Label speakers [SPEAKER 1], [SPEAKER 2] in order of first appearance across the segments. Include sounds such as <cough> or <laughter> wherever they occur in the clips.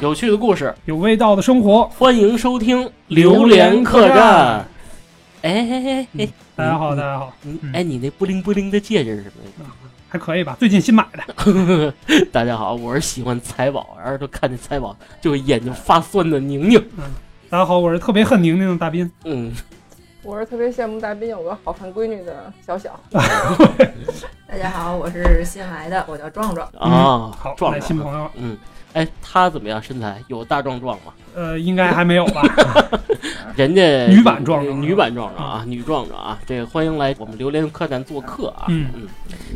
[SPEAKER 1] 有趣的故事，
[SPEAKER 2] 有味道的生活。
[SPEAKER 1] 欢迎收听《
[SPEAKER 2] 榴莲客栈》。
[SPEAKER 1] 哎哎哎哎，
[SPEAKER 2] 大家好，大家好，
[SPEAKER 1] 你
[SPEAKER 2] 嗯
[SPEAKER 1] 哎，你那布灵布灵的戒指是什么 <laughs>
[SPEAKER 2] 还可以吧？最近新买的，
[SPEAKER 1] 呀？大家好，我是喜欢财宝，然后就看见财宝就会眼睛发酸的宁宁。
[SPEAKER 2] 大家好，我是特别恨宁宁的大斌。
[SPEAKER 1] 嗯，
[SPEAKER 3] 我是特别羡慕大斌有个好看闺女的小小，
[SPEAKER 4] 大家好，我是新来的，我叫壮壮。
[SPEAKER 1] 啊，
[SPEAKER 2] 好，
[SPEAKER 1] 壮
[SPEAKER 2] 来新
[SPEAKER 1] 壮。
[SPEAKER 2] 朋友，
[SPEAKER 1] 嗯，哎，他怎么样？身材有大壮壮吗？
[SPEAKER 2] 呃，应该还没有
[SPEAKER 1] <laughs>
[SPEAKER 2] 吧？
[SPEAKER 1] 人家
[SPEAKER 2] 女版壮壮
[SPEAKER 1] 呃女版壮壮啊，女壮壮啊，这个欢迎来我们榴莲客栈做客啊。
[SPEAKER 2] 嗯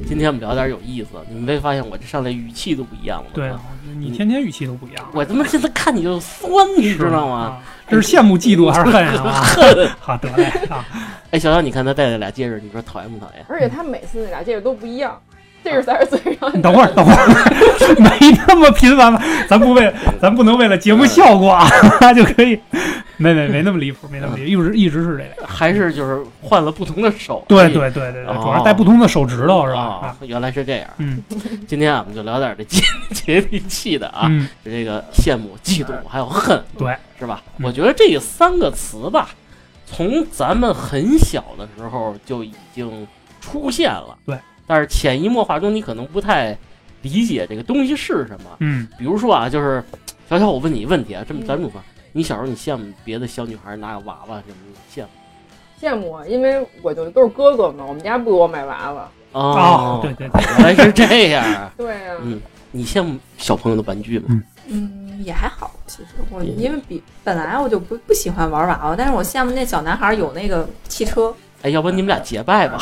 [SPEAKER 1] 今天我们聊点有意思，你们没发现我这上来语气都不一样了吗？
[SPEAKER 2] 对，啊你天天语气都不一样，
[SPEAKER 1] 我他妈这次看你就酸，你知道吗？
[SPEAKER 2] 啊？这是羡慕、嫉妒还是恨啊？ <laughs> 好，得嘞啊！
[SPEAKER 1] 哎，小小，你看他戴的俩戒指，你说讨厌不讨厌？
[SPEAKER 3] 而且她每次那俩戒指都不一样，这是三十岁，然后
[SPEAKER 2] 你等会儿，等会儿， <laughs> 没那么频繁吧？咱不为，咱不能为了节目效果啊， <laughs> 就可以。没没没那么离谱，没那
[SPEAKER 1] 嗯
[SPEAKER 2] 么离谱，一直一直是这个。
[SPEAKER 1] 还是就是换了不同的手？
[SPEAKER 2] 对对对对对，
[SPEAKER 1] 哦
[SPEAKER 2] 主要是带不同的手指头是吧？
[SPEAKER 1] 啊
[SPEAKER 2] 啊，
[SPEAKER 1] 原来是这样。
[SPEAKER 2] 嗯
[SPEAKER 1] 今天啊，我们就聊点这 <laughs> 接接地气的啊，
[SPEAKER 2] 嗯，
[SPEAKER 1] 这个羡慕、嫉妒还有恨，
[SPEAKER 2] 对，
[SPEAKER 1] 是吧？
[SPEAKER 2] 嗯
[SPEAKER 1] 我觉得这三个词吧，从咱们很小的时候就已经出现了。
[SPEAKER 2] 对，
[SPEAKER 1] 但是潜移默化中，你可能不太理解这个东西是什么。
[SPEAKER 2] 嗯，
[SPEAKER 1] 比如说啊，就是小小，我问你一个问题啊，这么
[SPEAKER 3] 嗯
[SPEAKER 1] 咱这么说，你小时候你羡慕别的小女孩拿个娃娃什么的，你羡慕
[SPEAKER 3] 羡慕啊，因为我就都是哥哥嘛，我们家不给我买娃娃。
[SPEAKER 2] 哦，对，对对，
[SPEAKER 1] 原来是这样啊。
[SPEAKER 3] 对呀、啊，
[SPEAKER 1] 嗯，你羡慕小朋友的玩具吗？
[SPEAKER 4] 嗯，也还好，其实我
[SPEAKER 1] 也
[SPEAKER 4] 因为比本来我就不不喜欢玩娃娃，但是我羡慕那小男孩有那个汽车，
[SPEAKER 1] 哎，要不然你们俩结拜吧？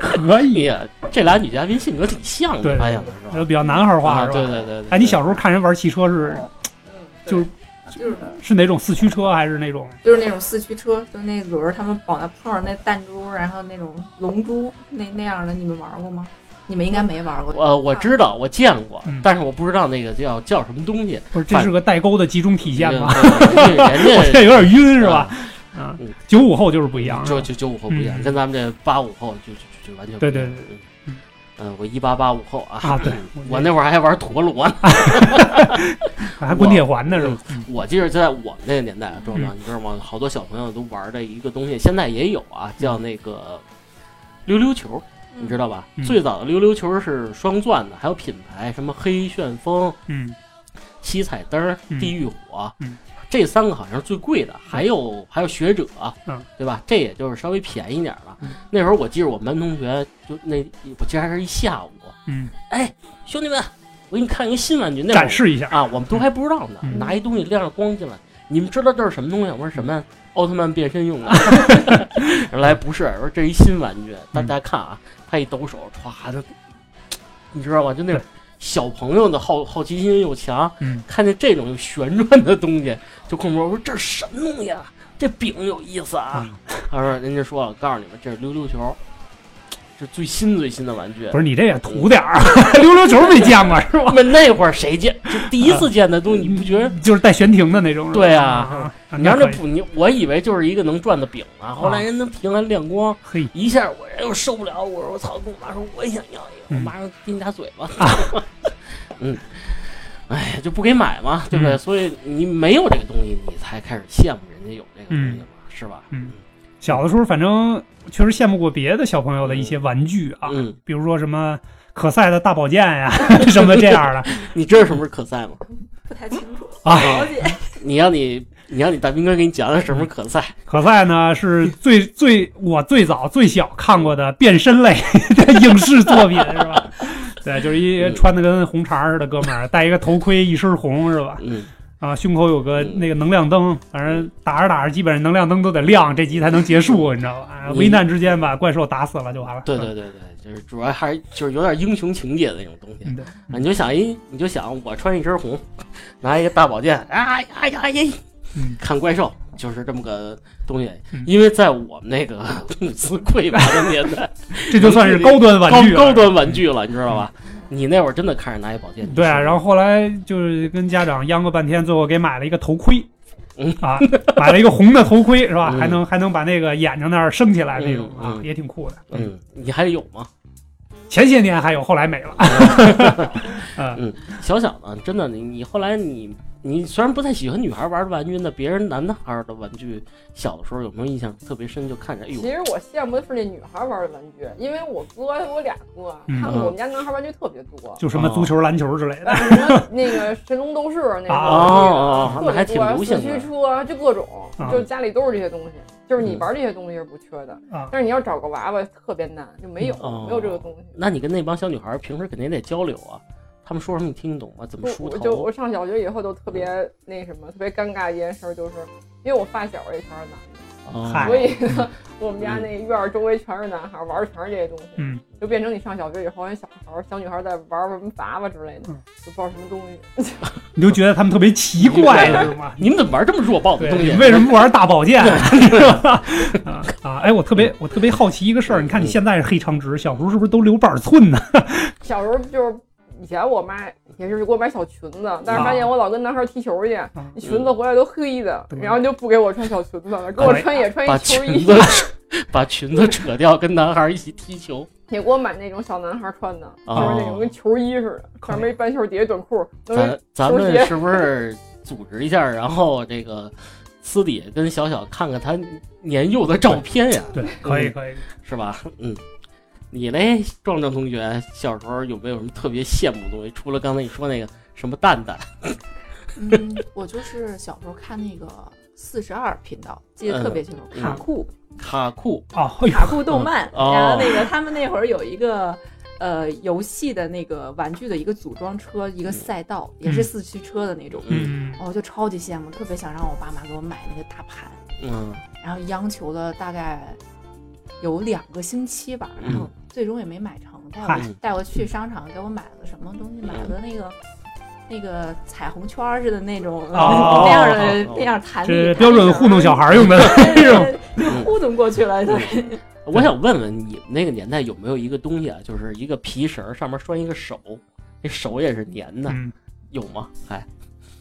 [SPEAKER 2] 可
[SPEAKER 1] 哎
[SPEAKER 2] 以，
[SPEAKER 1] 呀，这俩女嘉宾性格挺像的，
[SPEAKER 2] 对
[SPEAKER 1] 发现了是吧？
[SPEAKER 2] 比较男孩化
[SPEAKER 1] 啊，
[SPEAKER 2] 是
[SPEAKER 1] 对
[SPEAKER 2] 吧？
[SPEAKER 1] 对对。对
[SPEAKER 2] 哎，你小时候看人玩汽车是
[SPEAKER 4] 嗯，
[SPEAKER 2] 对就是
[SPEAKER 4] 就是
[SPEAKER 2] 是哪种四驱车还是那种？
[SPEAKER 4] 就是那种四驱车，就那轮儿他们绑在碰上那弹珠，然后那种龙珠那那样的，你们玩过吗？你们应该没玩过。
[SPEAKER 1] 呃，我知道，我见过
[SPEAKER 2] 嗯，
[SPEAKER 1] 但是我不知道那个叫叫什么东西。
[SPEAKER 2] 不是，这是个代沟的集中体现吗？
[SPEAKER 1] 这个人
[SPEAKER 2] <laughs> 我
[SPEAKER 1] 家
[SPEAKER 2] 现在有点晕是吧？啊
[SPEAKER 1] 嗯，
[SPEAKER 2] 九五后就是不一样，是
[SPEAKER 1] 九
[SPEAKER 2] 吧
[SPEAKER 1] 九九五后不一样，
[SPEAKER 2] 嗯
[SPEAKER 1] 跟咱们这八五后就就就就完全不一样
[SPEAKER 2] 对对对。
[SPEAKER 1] 嗯
[SPEAKER 2] 嗯
[SPEAKER 1] 嗯，我一八八五后啊，
[SPEAKER 2] 啊对
[SPEAKER 1] 嗯
[SPEAKER 2] 我
[SPEAKER 1] 我那会儿还玩陀螺呢。
[SPEAKER 2] 还滚铁环呢
[SPEAKER 1] 嗯
[SPEAKER 2] 是吧？
[SPEAKER 1] 我记得在我们那个年代啊，
[SPEAKER 2] 嗯
[SPEAKER 1] 壮壮，你知道吗？好多小朋友都玩的一个东西，现在也有啊，叫那个溜溜球，你知道吧？
[SPEAKER 2] 嗯
[SPEAKER 1] 最早的溜溜球是双钻的，还有品牌，什么黑旋风、
[SPEAKER 2] 嗯
[SPEAKER 1] 七彩灯、
[SPEAKER 2] 嗯
[SPEAKER 1] 地狱火，
[SPEAKER 2] 嗯
[SPEAKER 1] 这三个好像是最贵的，还有还有学者，
[SPEAKER 2] 嗯
[SPEAKER 1] 对吧？这也就是稍微便宜点了。
[SPEAKER 2] 嗯
[SPEAKER 1] 那时候我记得我们班同学就那，我记得还是一下午，
[SPEAKER 2] 嗯，
[SPEAKER 1] 兄弟们，我给你看一个新玩具，那会儿
[SPEAKER 2] 展示一下，
[SPEAKER 1] 啊，我们都还不知道呢，
[SPEAKER 2] 嗯
[SPEAKER 1] 拿一东西亮着光进来，你们知道这是什么东西？我说什么呀？奥特曼变身用的。 <laughs> 原来不是，我说这一新玩具，大
[SPEAKER 2] 嗯
[SPEAKER 1] 家看啊，他一抖手，歘就，你知道吧？就那种小朋友的好好奇心又强，
[SPEAKER 2] 嗯
[SPEAKER 1] 看见这种有旋转的东西就空说，我说这是什么东西啊？这饼有意思啊！
[SPEAKER 2] 嗯
[SPEAKER 1] 他说人家说了，告诉你们这是溜溜球，这最新最新的玩具。
[SPEAKER 2] 不是你这也土点儿， <laughs> 溜溜球没见过是吧？
[SPEAKER 1] 那那会儿谁见？就第一次见的东西，你不觉得？
[SPEAKER 2] 就是带悬停的那种是吧？
[SPEAKER 1] 对啊
[SPEAKER 2] 啊，
[SPEAKER 1] 你让这
[SPEAKER 2] 那可以
[SPEAKER 1] 不你，我以为就是一个能转的饼啊，后来人能停还亮光，
[SPEAKER 2] 嘿，
[SPEAKER 1] 一下我哎呦受不了，我说我操，跟我妈说我也想要一个，我
[SPEAKER 2] 嗯啊
[SPEAKER 1] 妈说给你俩嘴巴， <laughs> 嗯，哎呀就不给买嘛，对不对？
[SPEAKER 2] 嗯
[SPEAKER 1] 所以你没有这个东西，你才开始羡慕人家有这个东西嘛，是吧？
[SPEAKER 2] 嗯，小的时候反正确实羡慕过别的小朋友的一些玩具啊，
[SPEAKER 1] 嗯，
[SPEAKER 2] 比如说什么可赛的大宝剑呀、 <laughs> 什么这样的
[SPEAKER 1] 你知道什么是可赛吗？
[SPEAKER 4] 不太清楚，
[SPEAKER 2] 啊。
[SPEAKER 4] 了解。
[SPEAKER 1] 你让你你让你大兵哥给你讲讲什么是可赛，
[SPEAKER 2] 可赛呢是最最我最早最小看过的变身类的影视作品是吧？对，就是一
[SPEAKER 1] 嗯
[SPEAKER 2] 穿的跟红肠似的哥们儿，戴一个头盔，一身红是吧？
[SPEAKER 1] 嗯，
[SPEAKER 2] 啊，胸口有个
[SPEAKER 1] 嗯
[SPEAKER 2] 那个能量灯，反正打着打着，基本上能量灯都得亮，这集才能结束，你知道吧？啊
[SPEAKER 1] 嗯
[SPEAKER 2] 危难之间把怪兽打死了就完了。
[SPEAKER 1] 对对对对，就是主要还是就是有点英雄情节的那种东西。
[SPEAKER 2] 嗯，对，
[SPEAKER 1] 啊，你就想一，你就想我穿一身红，拿一个大宝剑，哎呀哎呀哎呀，
[SPEAKER 2] 嗯
[SPEAKER 1] 看怪兽就是这么个东西。
[SPEAKER 2] 嗯
[SPEAKER 1] 因为在我们那个 <laughs> 物资匮乏的年代，
[SPEAKER 2] 这就算是高端 <laughs> 玩
[SPEAKER 1] 高
[SPEAKER 2] 具了，啊嗯
[SPEAKER 1] 高端玩具了，你知道吧？你那会儿真的看着拿一宝剑，
[SPEAKER 2] 对啊，然
[SPEAKER 1] 后
[SPEAKER 2] 后后来就是跟家长央个半天，最后给买了一个头盔
[SPEAKER 1] 嗯，
[SPEAKER 2] 啊，买了一个红的头盔是吧？
[SPEAKER 1] 嗯
[SPEAKER 2] 还能还能把那个眼睛那儿升起来那种
[SPEAKER 1] 嗯
[SPEAKER 2] 啊
[SPEAKER 1] 嗯，
[SPEAKER 2] 也挺酷的。
[SPEAKER 1] 嗯，你还有吗？
[SPEAKER 2] 前些年还有，后来没了。 <laughs> 嗯，
[SPEAKER 1] 小小的，真的，你你后来你你虽然不太喜欢女孩玩的玩具，那别人男孩的玩具，小的时候有没有印象特别深？就看着，哎
[SPEAKER 3] 其
[SPEAKER 1] 呦，
[SPEAKER 3] 实我羡慕的是那女孩玩的玩具，因为我哥我俩哥，
[SPEAKER 2] 嗯
[SPEAKER 3] 他们我们家男孩玩具特别多，
[SPEAKER 2] 就什
[SPEAKER 1] 哦
[SPEAKER 2] 么足球、篮球之类的
[SPEAKER 3] 啊，什
[SPEAKER 1] <laughs>
[SPEAKER 3] 么那个神龙斗士那种，啊
[SPEAKER 1] 哦哦哦
[SPEAKER 3] 特别
[SPEAKER 1] 那还挺
[SPEAKER 3] 多，
[SPEAKER 1] 流
[SPEAKER 3] 四
[SPEAKER 1] 行的
[SPEAKER 3] 驱车就各种
[SPEAKER 2] 啊，
[SPEAKER 3] 就是家里都是这些东西，就是
[SPEAKER 1] 嗯
[SPEAKER 3] 你玩这些东西是不缺的
[SPEAKER 2] 啊，
[SPEAKER 3] 但是你要找个娃娃特别难，就没有
[SPEAKER 1] 哦
[SPEAKER 3] 没有这个东西。
[SPEAKER 1] 那你跟那帮小女孩平时肯定得交流啊，她们说什么你听得懂吗？怎么
[SPEAKER 3] 我
[SPEAKER 1] 梳
[SPEAKER 3] 我就
[SPEAKER 1] 头？啊
[SPEAKER 3] 我上小学以后就特别那什么，特别尴尬的一件事儿就是，因为我发小也全是男的，
[SPEAKER 1] 哦
[SPEAKER 2] 嗨
[SPEAKER 3] 所以呢，我们家那院儿周围全是男孩儿，玩儿的全是这些东西，
[SPEAKER 2] 嗯，
[SPEAKER 3] 就变成你上小学以后，人小孩儿、小女孩儿在玩儿什么娃娃之类的，
[SPEAKER 2] 嗯
[SPEAKER 3] 就不知道什么东西。 <laughs>
[SPEAKER 2] 你就觉得他们特别奇怪，
[SPEAKER 1] <laughs>
[SPEAKER 2] 是吗？
[SPEAKER 1] 你们怎么玩这么弱爆的
[SPEAKER 2] 对，
[SPEAKER 1] 东西？
[SPEAKER 2] 你为什么不玩大保健？
[SPEAKER 1] <laughs>
[SPEAKER 2] 啊 <laughs> 啊！哎，我特
[SPEAKER 1] 嗯
[SPEAKER 2] 别我特别好奇一个事儿，你看你现在是黑长直，小时候是不是都留板寸呢？
[SPEAKER 3] 小时候就是以前我妈也是给我买小裙子，但是
[SPEAKER 1] 啊
[SPEAKER 3] 发现我老跟男孩儿踢球去，那裙子回来都黑的，
[SPEAKER 2] 对
[SPEAKER 3] 然后就不给我穿小裙子了，给我穿也穿
[SPEAKER 1] 把
[SPEAKER 3] 一球
[SPEAKER 1] 裙
[SPEAKER 3] 衣，
[SPEAKER 1] 子把裙子扯 <laughs> 掉，跟男孩一起踢球？
[SPEAKER 3] 也给我买那种小男孩儿穿的，就
[SPEAKER 1] 哦
[SPEAKER 3] 是那种跟球衣似的，上面一半袖，底下短裤，都是
[SPEAKER 1] 咱咱
[SPEAKER 3] 球
[SPEAKER 1] 们
[SPEAKER 3] 鞋
[SPEAKER 1] 是不是组织一下，然后这个私底下跟小小看看她年幼的照片呀，
[SPEAKER 2] 对，可以可以。
[SPEAKER 1] 是吧？嗯，你嘞，壮壮同学，小时候有没有什么特别羡慕的东西？除了刚才你说那个什么蛋蛋，
[SPEAKER 4] 嗯，我就是小时候看那个四十二频道，记得特别清楚，
[SPEAKER 1] 嗯
[SPEAKER 4] 卡酷
[SPEAKER 1] 卡酷
[SPEAKER 2] 哦，哎呦，
[SPEAKER 4] 卡酷动漫，
[SPEAKER 1] <laughs> 嗯哦
[SPEAKER 4] 然后那个他们那会儿有一个。呃，游戏的那个玩具的一个组装车，一个赛道，也是四驱车的那种，哦
[SPEAKER 1] 嗯
[SPEAKER 2] 嗯，
[SPEAKER 4] 我、就超级羡慕，特别想让我爸妈给我买那个大盘，
[SPEAKER 1] 嗯，
[SPEAKER 4] 然后央求了大概有两个星期吧，然后最终也没买成，带我
[SPEAKER 1] 嗯嗨嗯
[SPEAKER 4] 带我去商场给我买了个什么东西，买了个那个。那个彩虹圈儿似的那种，
[SPEAKER 2] 哦
[SPEAKER 4] 那样的
[SPEAKER 1] 哦
[SPEAKER 4] 那样弹力，
[SPEAKER 2] 这标准糊弄小孩儿用的
[SPEAKER 4] 对，
[SPEAKER 2] 这
[SPEAKER 4] 对
[SPEAKER 2] 种
[SPEAKER 4] 对
[SPEAKER 1] 嗯
[SPEAKER 4] 就糊弄过去了。对，
[SPEAKER 1] 我想问问你们那个年代有没有一个东西啊，就是一个皮绳儿上面拴一个手，那手也是粘的，
[SPEAKER 2] 嗯
[SPEAKER 1] 有吗？哎，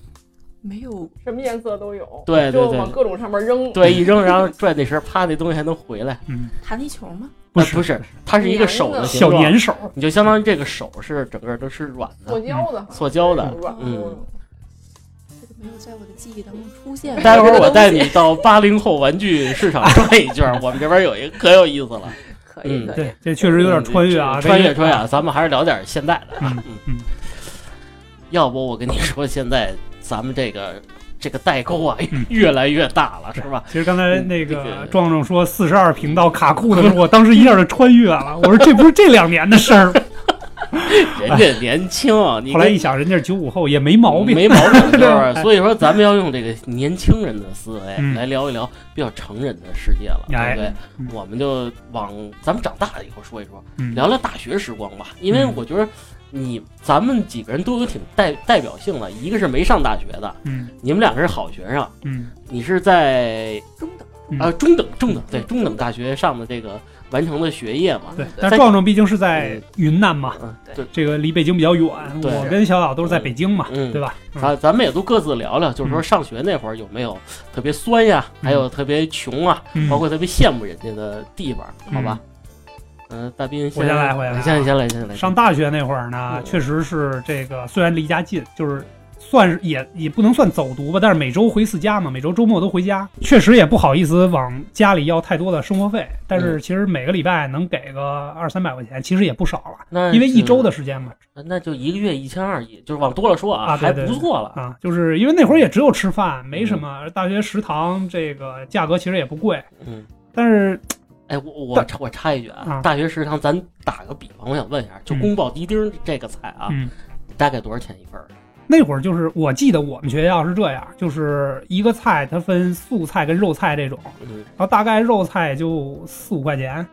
[SPEAKER 4] <laughs> 没有，
[SPEAKER 3] 什么颜色都有，
[SPEAKER 1] 对对
[SPEAKER 3] 就往
[SPEAKER 1] 对。
[SPEAKER 3] 各种上面扔。
[SPEAKER 1] 对，一扔，然后拽那绳儿，啪，那东西还能回来。
[SPEAKER 2] 嗯，
[SPEAKER 4] 弹力球吗？
[SPEAKER 2] 不
[SPEAKER 1] 呃
[SPEAKER 2] 是
[SPEAKER 1] 不是，它是一个手的形
[SPEAKER 2] 小
[SPEAKER 1] 状，
[SPEAKER 2] 粘手，
[SPEAKER 1] 你就相当于这个手是整个都是软
[SPEAKER 3] 塑
[SPEAKER 1] 的，
[SPEAKER 3] 胶的，
[SPEAKER 1] 塑胶的。
[SPEAKER 3] 软的
[SPEAKER 1] 嗯
[SPEAKER 4] 这个没有在我的记忆当中出现过。
[SPEAKER 1] 待会儿我带你到八零后玩具市场转一圈，我们这边有一个可有意思了，
[SPEAKER 4] 可
[SPEAKER 1] 嗯
[SPEAKER 4] 以可以。
[SPEAKER 2] 对，这确实有点穿越啊，
[SPEAKER 1] 嗯穿越
[SPEAKER 2] 这个
[SPEAKER 1] 穿越啊！咱们还是聊点现代的啊
[SPEAKER 2] 嗯，
[SPEAKER 1] 嗯
[SPEAKER 2] 嗯，
[SPEAKER 1] 要不我跟你说，现在咱们这个这个代沟啊，
[SPEAKER 2] 嗯
[SPEAKER 1] <laughs> 越来越大了，是吧？
[SPEAKER 2] 其实刚才那
[SPEAKER 1] 嗯这个
[SPEAKER 2] 个壮壮说四十二频道卡酷的时候，我当时一下就穿越了。我说这不是这两年的事儿吗，
[SPEAKER 1] 人家年轻，你
[SPEAKER 2] 哎后来
[SPEAKER 1] 跟
[SPEAKER 2] 一想，人家是九五后，也没毛病。
[SPEAKER 1] 没毛病，就
[SPEAKER 2] <laughs>
[SPEAKER 1] 是所以说咱们要用这个年轻人的思维
[SPEAKER 2] 嗯
[SPEAKER 1] 来聊一聊比较成人的世界了，对
[SPEAKER 2] 哎
[SPEAKER 1] 不对？
[SPEAKER 2] 嗯
[SPEAKER 1] 我们就往咱们长大了以后说一说，
[SPEAKER 2] 嗯
[SPEAKER 1] 聊聊大学时光吧，因为
[SPEAKER 2] 嗯
[SPEAKER 1] 我觉得你咱们几个人都有挺代代表性的，一个是没上大学的，
[SPEAKER 2] 嗯
[SPEAKER 1] 你们两个是好学生，
[SPEAKER 2] 嗯
[SPEAKER 1] 你是在
[SPEAKER 4] 中等。
[SPEAKER 2] 嗯
[SPEAKER 1] 啊中等中等对中等大学上的这个完成的学业嘛，
[SPEAKER 2] 对
[SPEAKER 4] 嗯，
[SPEAKER 2] 但壮壮毕竟是在云南嘛，
[SPEAKER 1] 嗯
[SPEAKER 4] 对
[SPEAKER 1] 对，
[SPEAKER 2] 这个离北京比较远。
[SPEAKER 1] 对
[SPEAKER 2] 我跟小小都是在北京嘛，
[SPEAKER 1] 嗯
[SPEAKER 2] 对吧？嗯
[SPEAKER 1] 咱咱们也都各自聊聊，就是说
[SPEAKER 2] 嗯
[SPEAKER 1] 上学那会儿有没有特别酸呀，还有特别穷啊，
[SPEAKER 2] 嗯
[SPEAKER 1] 包括特别羡慕人家的地方，好吧？嗯、大斌
[SPEAKER 2] 我先来我先来啊
[SPEAKER 1] 你先你先来，先来。
[SPEAKER 2] 上大学那会儿呢
[SPEAKER 1] 嗯，
[SPEAKER 2] 确实是这个，虽然离家近，就是算是也也不能算走读吧，但是每周回次家嘛，每周周末都回家，确实也不好意思往家里要太多的生活费，但
[SPEAKER 1] 嗯
[SPEAKER 2] 是其实每个礼拜能给个二三百块钱，其实也不少了，
[SPEAKER 1] 那
[SPEAKER 2] 因为一周
[SPEAKER 1] 的，
[SPEAKER 2] 的时间嘛，
[SPEAKER 1] 那就一个月一千二，也就是往多了说
[SPEAKER 2] 啊对对
[SPEAKER 1] 还不错了。
[SPEAKER 2] 啊，就是因为那会儿也只有吃饭，
[SPEAKER 1] 嗯
[SPEAKER 2] 没什么，而大学食堂这个价格其实也不贵，
[SPEAKER 1] 嗯，
[SPEAKER 2] 但是
[SPEAKER 1] 哎，我我插我插一句啊
[SPEAKER 2] 啊，
[SPEAKER 1] 大学食堂，咱打个比方，我想问一下，就
[SPEAKER 2] 嗯
[SPEAKER 1] 宫保鸡丁这个菜啊，
[SPEAKER 2] 嗯。
[SPEAKER 1] 大概多少钱一份儿？
[SPEAKER 2] 那会儿就是，我记得我们学校是这样，就是一个菜它分素菜跟肉菜这种，
[SPEAKER 1] 嗯，
[SPEAKER 2] 然后大概肉菜也就四五块钱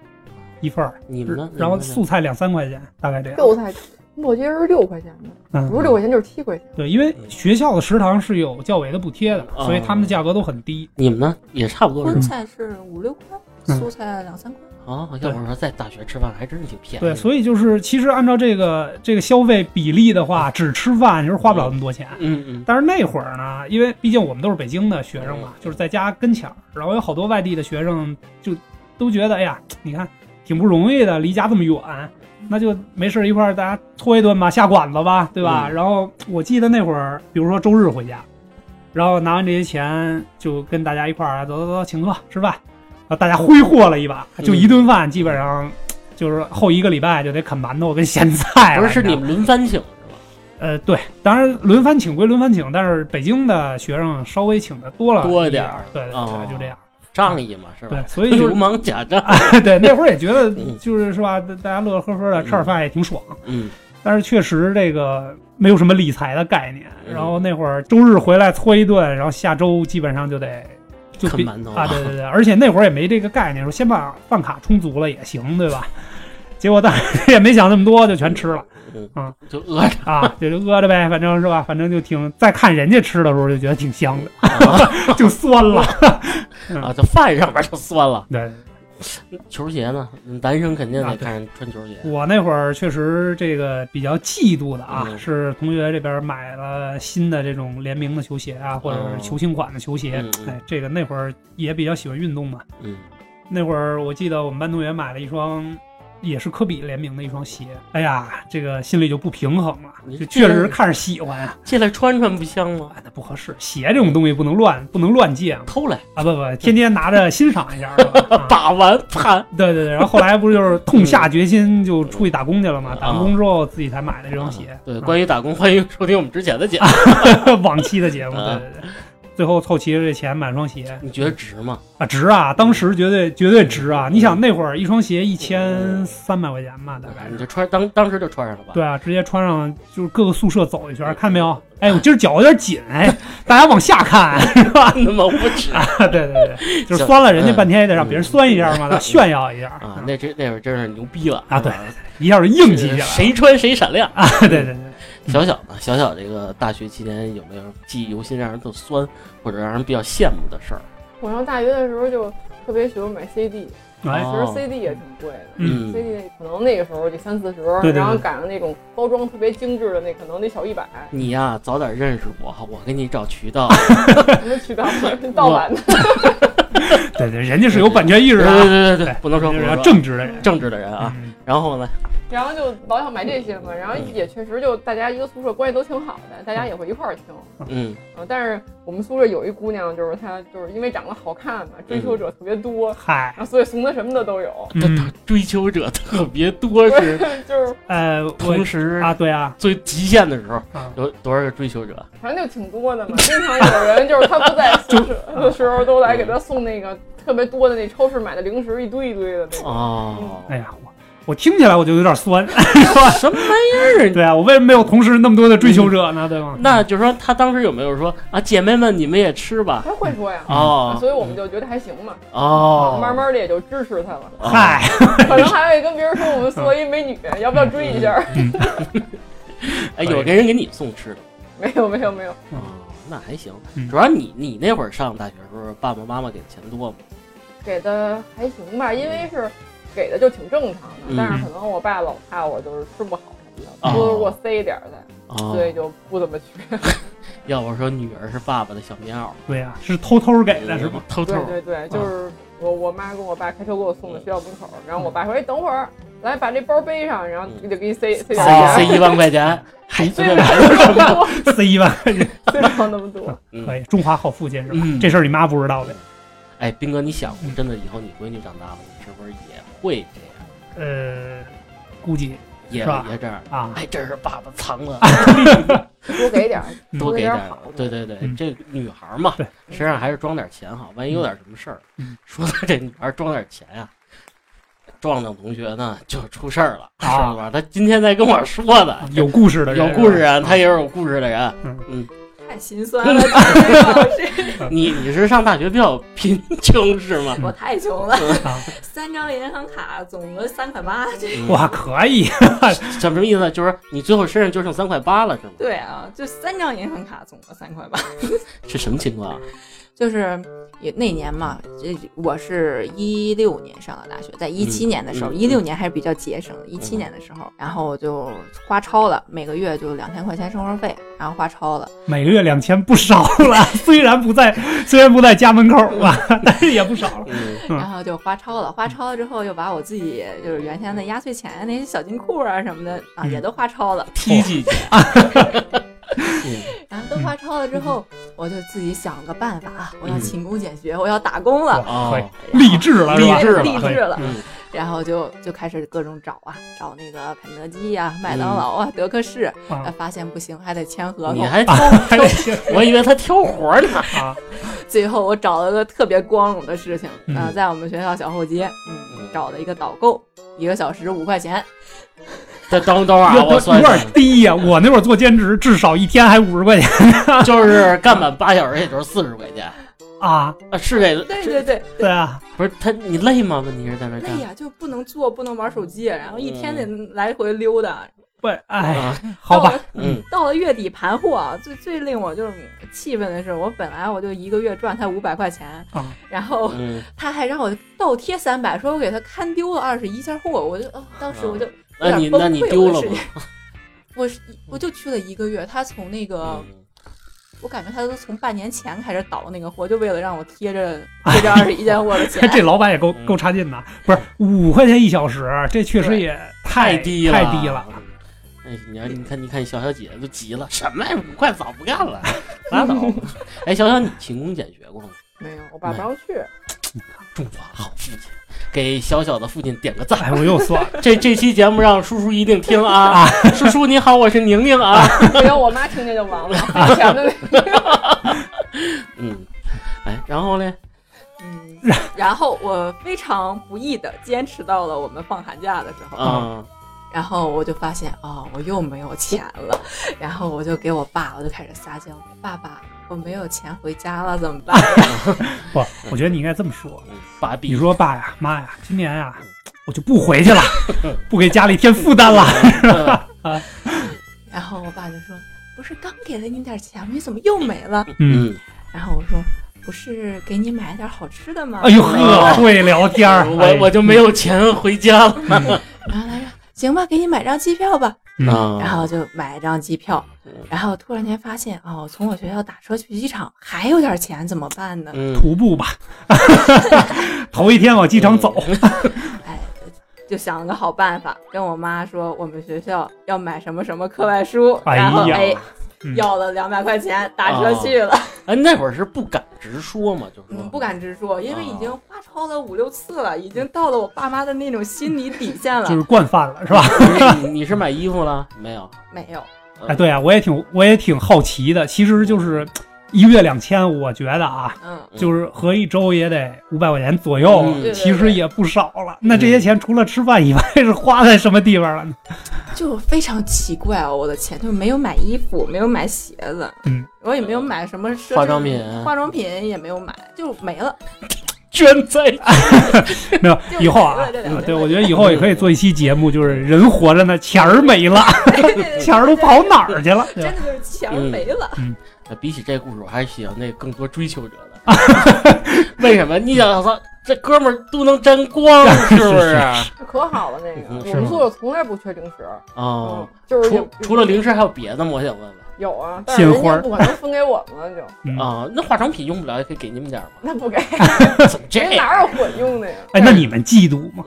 [SPEAKER 2] 一份儿，
[SPEAKER 1] 你们呢？
[SPEAKER 2] 然后
[SPEAKER 1] 你们呢
[SPEAKER 2] 素菜两三块钱，大概这样。
[SPEAKER 3] 肉菜，我记得是六块钱的，不
[SPEAKER 2] 嗯，
[SPEAKER 3] 是六块钱就是七块钱。
[SPEAKER 2] 对，因为学校的食堂是有教委的补贴的，
[SPEAKER 1] 嗯
[SPEAKER 2] 所以他们的价格都很低。
[SPEAKER 1] 你们呢？也差不多是
[SPEAKER 4] 荤
[SPEAKER 1] 吧
[SPEAKER 4] 菜是五六块，
[SPEAKER 2] 嗯
[SPEAKER 4] 素菜两三块。
[SPEAKER 1] 啊。要我说，在大学吃饭还真是挺便宜的。
[SPEAKER 2] 对，所以就是其实按照这个这个消费比例的话，只吃饭就是花不了那么多钱。
[SPEAKER 1] 嗯嗯
[SPEAKER 2] 但是那会儿呢，因为毕竟我们都是北京的学生嘛，就是在家跟前儿，然后有好多外地的学生就都觉得，哎呀，你看挺不容易的，离家这么远，那就没事儿一块儿大家搓一顿吧，下馆子吧，对吧？
[SPEAKER 1] 嗯
[SPEAKER 2] 然后我记得那会儿，比如说周日回家，然后拿完这些钱就跟大家一块儿走走走，请客吃饭，然后大家挥霍了一把，就一顿饭基本上就是后一个礼拜就得啃馒头跟咸菜了。
[SPEAKER 1] 不是是
[SPEAKER 2] 知道
[SPEAKER 1] 你
[SPEAKER 2] 吗
[SPEAKER 1] 们轮番请是吧？
[SPEAKER 2] 呃，对，当然轮番请归轮番请，但是北京的学生稍微请的多了
[SPEAKER 1] 多一
[SPEAKER 2] 一
[SPEAKER 1] 点
[SPEAKER 2] 点
[SPEAKER 1] 儿
[SPEAKER 2] 儿，对对
[SPEAKER 1] 哦
[SPEAKER 2] 对，就这样。
[SPEAKER 1] 仗义嘛是吧
[SPEAKER 2] 对？，所以
[SPEAKER 1] 流
[SPEAKER 2] 就是 <laughs> 啊
[SPEAKER 1] 氓假仗，
[SPEAKER 2] 对那会儿也觉得
[SPEAKER 1] 嗯
[SPEAKER 2] 就是是吧，大家乐乐呵呵的吃点饭也挺爽，
[SPEAKER 1] 嗯，
[SPEAKER 2] 但是确实这个没有什么理财的概念。
[SPEAKER 1] 嗯
[SPEAKER 2] 然后那会儿周日回来搓一顿，然后下周基本上就得就
[SPEAKER 1] 啃
[SPEAKER 2] 比
[SPEAKER 1] 馒头 <laughs>
[SPEAKER 2] 啊，对对对，而且那会儿也没这个概念，说先把饭卡充足了也行，对吧？结果但是 <laughs> 也没想那么多，就全吃了
[SPEAKER 1] 嗯，就饿着， <laughs>
[SPEAKER 2] 啊，也就饿着呗，反正是吧，反正就挺再看人家吃的时候就觉得挺香的，就酸了。
[SPEAKER 1] <laughs> 啊，这饭上面就酸了。
[SPEAKER 2] 对，
[SPEAKER 1] 球鞋呢？嗯男生肯定
[SPEAKER 2] 啊
[SPEAKER 1] 得
[SPEAKER 2] 对
[SPEAKER 1] 看人穿球鞋。
[SPEAKER 2] 我那会儿确实这个比较嫉妒的啊，
[SPEAKER 1] 嗯
[SPEAKER 2] 是同学这边买了新的这种联名的球鞋啊，或者是球星款的球鞋。
[SPEAKER 1] 哦嗯嗯
[SPEAKER 2] 哎，这个那会儿也比较喜欢运动嘛。
[SPEAKER 1] 嗯，
[SPEAKER 2] 那会儿我记得我们班同学买了一双，也是科比联名的一双鞋。哎呀，这个心里就不平衡
[SPEAKER 1] 你
[SPEAKER 2] 了，就确
[SPEAKER 1] 哎这
[SPEAKER 2] 实看着喜欢啊，
[SPEAKER 1] 借来穿穿不香吗？
[SPEAKER 2] 哎，那不合适。鞋这种东西不能乱，不能乱借嘛
[SPEAKER 1] 偷来，
[SPEAKER 2] 啊！不不，天天拿着欣赏一下是
[SPEAKER 1] <laughs>
[SPEAKER 2] 吧。啊
[SPEAKER 1] 把玩盘。
[SPEAKER 2] 对对对，然后后来不是就是痛下决心就出去打工去了嘛？打完工之后自己才买的这双鞋。
[SPEAKER 1] 啊对，
[SPEAKER 2] 嗯啊
[SPEAKER 1] 关于打工，欢迎收听我们之前的节目。
[SPEAKER 2] <laughs> 往期的节目，
[SPEAKER 1] 啊
[SPEAKER 2] 对对对。最后凑齐了这钱买双鞋
[SPEAKER 1] 你觉得值
[SPEAKER 2] <laughs>
[SPEAKER 1] 吗？
[SPEAKER 2] 啊，值啊！当时绝对绝对值
[SPEAKER 1] 嗯
[SPEAKER 2] 啊！你想那会儿一双鞋一千三百块钱吧，大概
[SPEAKER 1] 你
[SPEAKER 2] 是。
[SPEAKER 1] 就穿当当时就穿上了吧？
[SPEAKER 2] 对啊，直接穿上就是各个宿舍走一
[SPEAKER 1] 嗯
[SPEAKER 2] 圈，看见没有？哎，我今儿脚有点紧，
[SPEAKER 1] <laughs>
[SPEAKER 2] 哎，大家往下看， <laughs> 是吧？
[SPEAKER 1] 那么无耻啊！
[SPEAKER 2] 对对对，就是酸了人家半天也得
[SPEAKER 1] 嗯
[SPEAKER 2] 让别人酸一下嘛，得炫耀一下
[SPEAKER 1] 啊那这那会儿真是牛逼了
[SPEAKER 2] 啊对一下就应激起来了。
[SPEAKER 1] 谁穿谁闪亮。
[SPEAKER 2] 啊，对对对，
[SPEAKER 1] 小小呢，小小这个大学期间有没有记忆犹新、让人特酸或者让人比较羡慕的事儿？
[SPEAKER 3] 我上大学的时候就特别喜欢买 CD，
[SPEAKER 2] 哎
[SPEAKER 1] 哦，
[SPEAKER 3] 其实 CD 也挺贵的。
[SPEAKER 1] 嗯
[SPEAKER 3] CD 可能那个时候得三四十，
[SPEAKER 2] 对对对
[SPEAKER 3] 然后赶上那种包装特别精致的，那可能得小
[SPEAKER 2] <laughs>
[SPEAKER 3] 一百，
[SPEAKER 1] 你呀、早点认识我，我给你找渠道。
[SPEAKER 3] 什么渠道
[SPEAKER 1] <laughs>
[SPEAKER 3] 盗版的。
[SPEAKER 2] 对对，人家是有版权意识
[SPEAKER 1] 对
[SPEAKER 2] 的
[SPEAKER 1] 对
[SPEAKER 2] 啊，
[SPEAKER 1] 对对对
[SPEAKER 2] <laughs> 对，
[SPEAKER 1] <laughs> 不能说
[SPEAKER 2] 人
[SPEAKER 1] 不
[SPEAKER 2] 家
[SPEAKER 1] 能
[SPEAKER 2] 是 <laughs>
[SPEAKER 1] 说
[SPEAKER 2] 正直的人
[SPEAKER 1] 正直的人啊。
[SPEAKER 2] 嗯
[SPEAKER 1] 然后呢，
[SPEAKER 3] 然后就老想买这些嘛，然后也确实就大家一个宿舍关系都挺好的，大家也会一块儿听。
[SPEAKER 1] 嗯，
[SPEAKER 3] 啊，但是我们宿舍有一姑娘，就是她就是因为长得好看嘛，追
[SPEAKER 1] 嗯
[SPEAKER 3] 求者特别多，
[SPEAKER 2] 嗨，
[SPEAKER 3] 然后所以怂的什么的都有，
[SPEAKER 1] 这
[SPEAKER 2] 嗯，
[SPEAKER 1] 追求者特别多
[SPEAKER 2] <laughs>
[SPEAKER 1] 是
[SPEAKER 3] 就是
[SPEAKER 2] 呃，
[SPEAKER 1] 同
[SPEAKER 2] 我
[SPEAKER 1] 时
[SPEAKER 2] 啊，对啊，
[SPEAKER 1] 最极限的时候
[SPEAKER 2] 啊，
[SPEAKER 1] 有多少个追求者？
[SPEAKER 3] 反正就挺多的嘛。经常有人就是她不在宿舍的时候，都来给她送那个特别多的那超市买的零食，一堆一堆的那种。
[SPEAKER 1] 哦，
[SPEAKER 2] 哎呀，我我听起来我就有点
[SPEAKER 1] <laughs>
[SPEAKER 2] 酸，
[SPEAKER 1] 什么玩意儿？
[SPEAKER 2] 对啊，我为什么没有同时那么多的追求者呢？对吗？
[SPEAKER 1] 嗯那就是说，他当时有没有说啊，姐妹们，你们也吃吧？
[SPEAKER 3] 她会说呀。
[SPEAKER 2] 嗯
[SPEAKER 1] 哦，
[SPEAKER 3] 所以我们就觉得还行嘛，
[SPEAKER 1] 哦，
[SPEAKER 3] 慢慢的也就支持她
[SPEAKER 1] <laughs>
[SPEAKER 3] 了。
[SPEAKER 1] 哦，
[SPEAKER 2] 嗨，
[SPEAKER 3] 可能还会跟别人说我们宿舍一美女，要不要追一
[SPEAKER 1] 嗯
[SPEAKER 3] 下？
[SPEAKER 1] 哎，有个人给你送吃的，
[SPEAKER 3] 没有没有没有，
[SPEAKER 2] 嗯
[SPEAKER 1] 哦，那还行。
[SPEAKER 2] 嗯
[SPEAKER 1] 主要你你那会儿上大学的时候，爸爸妈妈给的钱多吗？
[SPEAKER 3] 给的还行吧，因为是给的就挺正常的，
[SPEAKER 1] 嗯
[SPEAKER 3] 但是可能我爸老怕我就是吃不好什么
[SPEAKER 1] 哦
[SPEAKER 3] 的，多给我塞一点儿的，所以
[SPEAKER 1] 哦，
[SPEAKER 3] 就不怎么去。
[SPEAKER 1] 要我说，女儿是爸爸的小棉袄，
[SPEAKER 2] 对呀，是偷偷给的是吗？
[SPEAKER 1] 偷偷
[SPEAKER 3] 对 <laughs> 对对，
[SPEAKER 1] 哦
[SPEAKER 3] 就是我我妈跟我爸开车给我送
[SPEAKER 1] 嗯
[SPEAKER 3] 到学校门口，然后我爸说：“哎，等会儿，来把这包背上，然后
[SPEAKER 1] 嗯
[SPEAKER 3] 就给你塞塞点
[SPEAKER 1] 塞啊塞
[SPEAKER 3] 儿钱。
[SPEAKER 1] 一万块钱，还随
[SPEAKER 3] 对”
[SPEAKER 1] 便
[SPEAKER 3] 对
[SPEAKER 1] 买了
[SPEAKER 3] 对，那
[SPEAKER 1] 什
[SPEAKER 3] 么
[SPEAKER 1] 么？ <laughs>
[SPEAKER 3] 多，
[SPEAKER 2] 塞一万，
[SPEAKER 3] 对，然后那么多，
[SPEAKER 2] 可以，中华好父亲是吧
[SPEAKER 1] 嗯？
[SPEAKER 2] 这事儿你妈不知道呗？
[SPEAKER 1] 哎，斌哥，你想过
[SPEAKER 2] 嗯
[SPEAKER 1] 真的以后你闺女长大了，你是不是也会这
[SPEAKER 2] 呃，估计是
[SPEAKER 1] 样
[SPEAKER 2] 吧，
[SPEAKER 1] 也也这样？
[SPEAKER 2] 啊，
[SPEAKER 1] 哎，这是爸爸藏了，
[SPEAKER 3] 多给点儿，
[SPEAKER 1] 多给点
[SPEAKER 3] 点儿
[SPEAKER 1] 儿
[SPEAKER 3] 好。
[SPEAKER 1] 对对对，
[SPEAKER 2] 嗯
[SPEAKER 1] 这女孩儿嘛，
[SPEAKER 2] 对
[SPEAKER 1] 身上还是装点钱哈，万一有点什么事儿。
[SPEAKER 2] 嗯
[SPEAKER 1] <laughs> 说到这女孩儿装点钱呀、壮壮同学呢就出事儿了，
[SPEAKER 2] 啊
[SPEAKER 1] 是吧？他今天才跟我说的，
[SPEAKER 2] 有故事的人
[SPEAKER 1] 有
[SPEAKER 2] 是吧，
[SPEAKER 1] 故事人，他也是有故事的人。
[SPEAKER 4] 太心
[SPEAKER 1] <laughs>
[SPEAKER 4] 酸了，这个老师
[SPEAKER 1] 你你是上大学比较贫穷是吗？
[SPEAKER 4] 我太穷
[SPEAKER 1] 嗯
[SPEAKER 4] 了，
[SPEAKER 2] 啊，
[SPEAKER 4] 三张银行卡总额三块八，这
[SPEAKER 1] 嗯
[SPEAKER 2] 哇，可以，
[SPEAKER 1] 什么意思？就是你最后身上就剩三块八了是吗？
[SPEAKER 4] 对啊，就三张银行卡总额三块八，
[SPEAKER 1] 是什么情况啊？
[SPEAKER 4] 就是也那年嘛，这我是一六年上的大学，在一七年的时候，
[SPEAKER 1] 嗯
[SPEAKER 4] 一六、年还是比较节省的，一七年的时候，然后我就花超了，每个月就两千块钱生活费，然后花超了，
[SPEAKER 2] 每个月两千不少了， <laughs> 虽然不在，虽然不在家门口吧， <laughs> 但是也不少了。
[SPEAKER 1] 嗯
[SPEAKER 2] 嗯
[SPEAKER 4] 然后就花超了，花超了之后又把我自己就是原先的压岁钱那些小金库啊什么的啊
[SPEAKER 2] 嗯
[SPEAKER 4] 也都花超了，
[SPEAKER 1] ，T G 姐，
[SPEAKER 2] 嗯
[SPEAKER 4] 然后都花超了之后，我就自己想了个办法啊，我要勤工俭学，我要打工了，
[SPEAKER 1] 哦
[SPEAKER 2] 可以，嗯励志了是吧
[SPEAKER 1] 励？志了
[SPEAKER 4] 励志了，
[SPEAKER 1] 嗯
[SPEAKER 4] 然后就就开始各种找啊，找那个肯德基呀、麦当劳啊、德克士，
[SPEAKER 2] 啊
[SPEAKER 4] 呃发现不行，还得签合
[SPEAKER 1] 你
[SPEAKER 4] 同。
[SPEAKER 1] 还挑，
[SPEAKER 2] 嗯还得
[SPEAKER 1] <laughs>
[SPEAKER 2] 先
[SPEAKER 1] 我以为他挑活儿呢，
[SPEAKER 2] 啊， <laughs>
[SPEAKER 4] 最后我找了个特别光荣的事情，
[SPEAKER 2] 嗯
[SPEAKER 4] 啊，在我们学校小后街，嗯，找了一个导购，一个小时五块钱，
[SPEAKER 1] 这等等会儿啊，
[SPEAKER 2] 有
[SPEAKER 1] 我算
[SPEAKER 2] 有
[SPEAKER 1] 算
[SPEAKER 2] 点，低呀、我那会儿做兼职，至少一天还五十块钱
[SPEAKER 1] <laughs> 就是干满八小时，也就是四十块钱
[SPEAKER 2] 啊！
[SPEAKER 1] 啊，是这个，
[SPEAKER 4] 对
[SPEAKER 1] 是
[SPEAKER 4] 对对，
[SPEAKER 2] 对啊，
[SPEAKER 1] 不是他你累吗？问题是在那儿
[SPEAKER 4] 累
[SPEAKER 1] 干
[SPEAKER 2] 嗯
[SPEAKER 4] 呀，就不能坐，不能玩手机，然后一天得来回溜达。
[SPEAKER 2] 不，哎，
[SPEAKER 1] 啊，
[SPEAKER 2] 好吧
[SPEAKER 4] 到了，
[SPEAKER 1] 嗯
[SPEAKER 4] 到了月底盘货啊，最最令我就是气愤的是，我本来我就一个月赚才五百块钱，
[SPEAKER 2] 啊
[SPEAKER 4] 然后
[SPEAKER 1] 嗯，
[SPEAKER 4] 他还让我倒贴三百，说我给他看丢了二十一件货，我就、哦、当时
[SPEAKER 2] 啊
[SPEAKER 4] 我就、有
[SPEAKER 1] 那
[SPEAKER 4] 点
[SPEAKER 1] 你
[SPEAKER 4] 崩
[SPEAKER 1] 那你
[SPEAKER 4] 溃
[SPEAKER 1] 丢
[SPEAKER 4] 我
[SPEAKER 1] 了
[SPEAKER 4] 是
[SPEAKER 1] 吗？
[SPEAKER 4] <laughs> 我是我就去了一个月，他从那个、
[SPEAKER 1] 嗯
[SPEAKER 4] 我感觉他都从半年前开始倒那个货，就为了让我
[SPEAKER 2] <laughs>
[SPEAKER 4] 贴着贴着二十一件货的钱。
[SPEAKER 2] 这老板也够
[SPEAKER 1] 嗯
[SPEAKER 2] 够差劲的，不是五块钱一小时，这确实也太
[SPEAKER 1] 太低了，
[SPEAKER 2] 太低了。。
[SPEAKER 1] 哎，你要你看，你看小小姐姐都急了，什么呀？五块早不干了， <laughs> 拉倒吧。哎，小小，你勤工俭学过吗？
[SPEAKER 3] 没有，我爸不让去。
[SPEAKER 1] 中华好父亲，给小小的父亲点个赞。
[SPEAKER 2] 哎，我又算了，
[SPEAKER 1] 这这期节目让叔叔一定听啊！叔叔你好，我是宁宁啊。
[SPEAKER 3] 不要我妈听见就完
[SPEAKER 1] <laughs>
[SPEAKER 3] 了，以前的那
[SPEAKER 1] 嗯，哎，然后呢？
[SPEAKER 4] 嗯，然后我非常不易的坚持到了我们放寒假的时候，
[SPEAKER 1] 啊、
[SPEAKER 4] 然后我就发现哦，我又没有钱了， <laughs> 然后我就给我爸，我就开始撒娇，爸爸，我没有钱回家了，怎么办？ <laughs>
[SPEAKER 2] 不，我觉得你应该这
[SPEAKER 1] <laughs>
[SPEAKER 2] 么说，
[SPEAKER 1] 嗯，爸比
[SPEAKER 2] 你说爸呀，妈呀，今年呀，我就不回去
[SPEAKER 1] <laughs>
[SPEAKER 2] 了，不给家里添负担了。
[SPEAKER 4] 然后我爸就说：“不是刚给了你点钱吗？你怎么又没了 <laughs>
[SPEAKER 2] 嗯，
[SPEAKER 1] <laughs> 嗯，？”
[SPEAKER 4] 然后我说：“不是给你买点好吃的吗？”
[SPEAKER 2] 哎呦呵，会聊天 <laughs> 儿，哎
[SPEAKER 1] 嗯我我就没有钱回家了。
[SPEAKER 2] 嗯
[SPEAKER 4] 然后他说：“行吧，给你买张机票吧。”
[SPEAKER 1] 啊
[SPEAKER 2] 嗯
[SPEAKER 4] 然后就买张机票
[SPEAKER 1] 嗯，
[SPEAKER 4] 然后突然间发现哦，从我学校打车去机场还有点钱，怎么办呢？
[SPEAKER 1] 嗯，
[SPEAKER 2] 徒步吧， <laughs> 头一天往机场走，
[SPEAKER 4] 哎，就想了个好办法，跟我妈说我们学校要买什么什么课外书，
[SPEAKER 2] 哎呀
[SPEAKER 4] 然后
[SPEAKER 2] 嗯
[SPEAKER 4] 哎
[SPEAKER 2] 哦
[SPEAKER 4] 要了两百块钱，打车去了。
[SPEAKER 1] <laughs> 哎，那会儿是不敢直说嘛，就说
[SPEAKER 4] 嗯，不。敢直说，因为已
[SPEAKER 2] 哦
[SPEAKER 4] 经花超了五六次了，已经到了我爸妈的那种心理底线了。
[SPEAKER 2] 就是惯犯了，是吧？
[SPEAKER 1] <laughs> 你你是买衣服了没有？
[SPEAKER 4] 没有，
[SPEAKER 1] 嗯
[SPEAKER 2] 哎，，对啊，我也挺我也挺好奇的。其实就是一个月两千，我觉得啊，
[SPEAKER 4] 嗯，
[SPEAKER 1] 嗯
[SPEAKER 2] 就是合一周也得五百块钱左右，
[SPEAKER 1] 嗯
[SPEAKER 4] 对对
[SPEAKER 2] 其实也不少了。那这些钱除了吃饭以外， <laughs> 是花在什么地方了呢？
[SPEAKER 4] 就非常奇怪哦，我的钱就没有买衣服，没有买鞋子，
[SPEAKER 2] 嗯，
[SPEAKER 4] 我也没有买什么奢侈
[SPEAKER 1] 化妆品
[SPEAKER 4] 化妆品也没有买，就没了。
[SPEAKER 1] 捐
[SPEAKER 2] <laughs>
[SPEAKER 1] 在
[SPEAKER 2] 没有，
[SPEAKER 4] 就
[SPEAKER 2] 以后啊
[SPEAKER 4] 没了这两，年
[SPEAKER 2] 对，我觉得以后也可以做一期节目，就是人活着呢，钱儿没了， <laughs> 钱儿都跑哪儿去了？对吧
[SPEAKER 4] 真的就是钱儿没了。
[SPEAKER 1] 呃比起这故事，我还是喜欢那更多追求者的。
[SPEAKER 2] <laughs>
[SPEAKER 1] 为什么？你想操，这哥们儿都能沾光，
[SPEAKER 2] <laughs>
[SPEAKER 1] 是啊不是？
[SPEAKER 3] 可好了，那个
[SPEAKER 1] 嗯
[SPEAKER 3] 我
[SPEAKER 1] 是
[SPEAKER 3] 们
[SPEAKER 1] 吗
[SPEAKER 3] 宿舍从来不缺零食，嗯
[SPEAKER 1] 哦，，
[SPEAKER 3] 就是也
[SPEAKER 1] 除除了零食还有别的吗？我想问问
[SPEAKER 3] 有啊，但是人
[SPEAKER 2] 鲜花儿
[SPEAKER 3] 家不可能分给我们了，就
[SPEAKER 2] 嗯
[SPEAKER 1] 啊，那化妆品用不了也可以给你们点儿
[SPEAKER 2] <laughs>
[SPEAKER 1] 吗？
[SPEAKER 3] 那不给，
[SPEAKER 1] 怎么这样？嗯
[SPEAKER 3] 哪有混用的呀？
[SPEAKER 2] 哎，那你们嫉妒吗？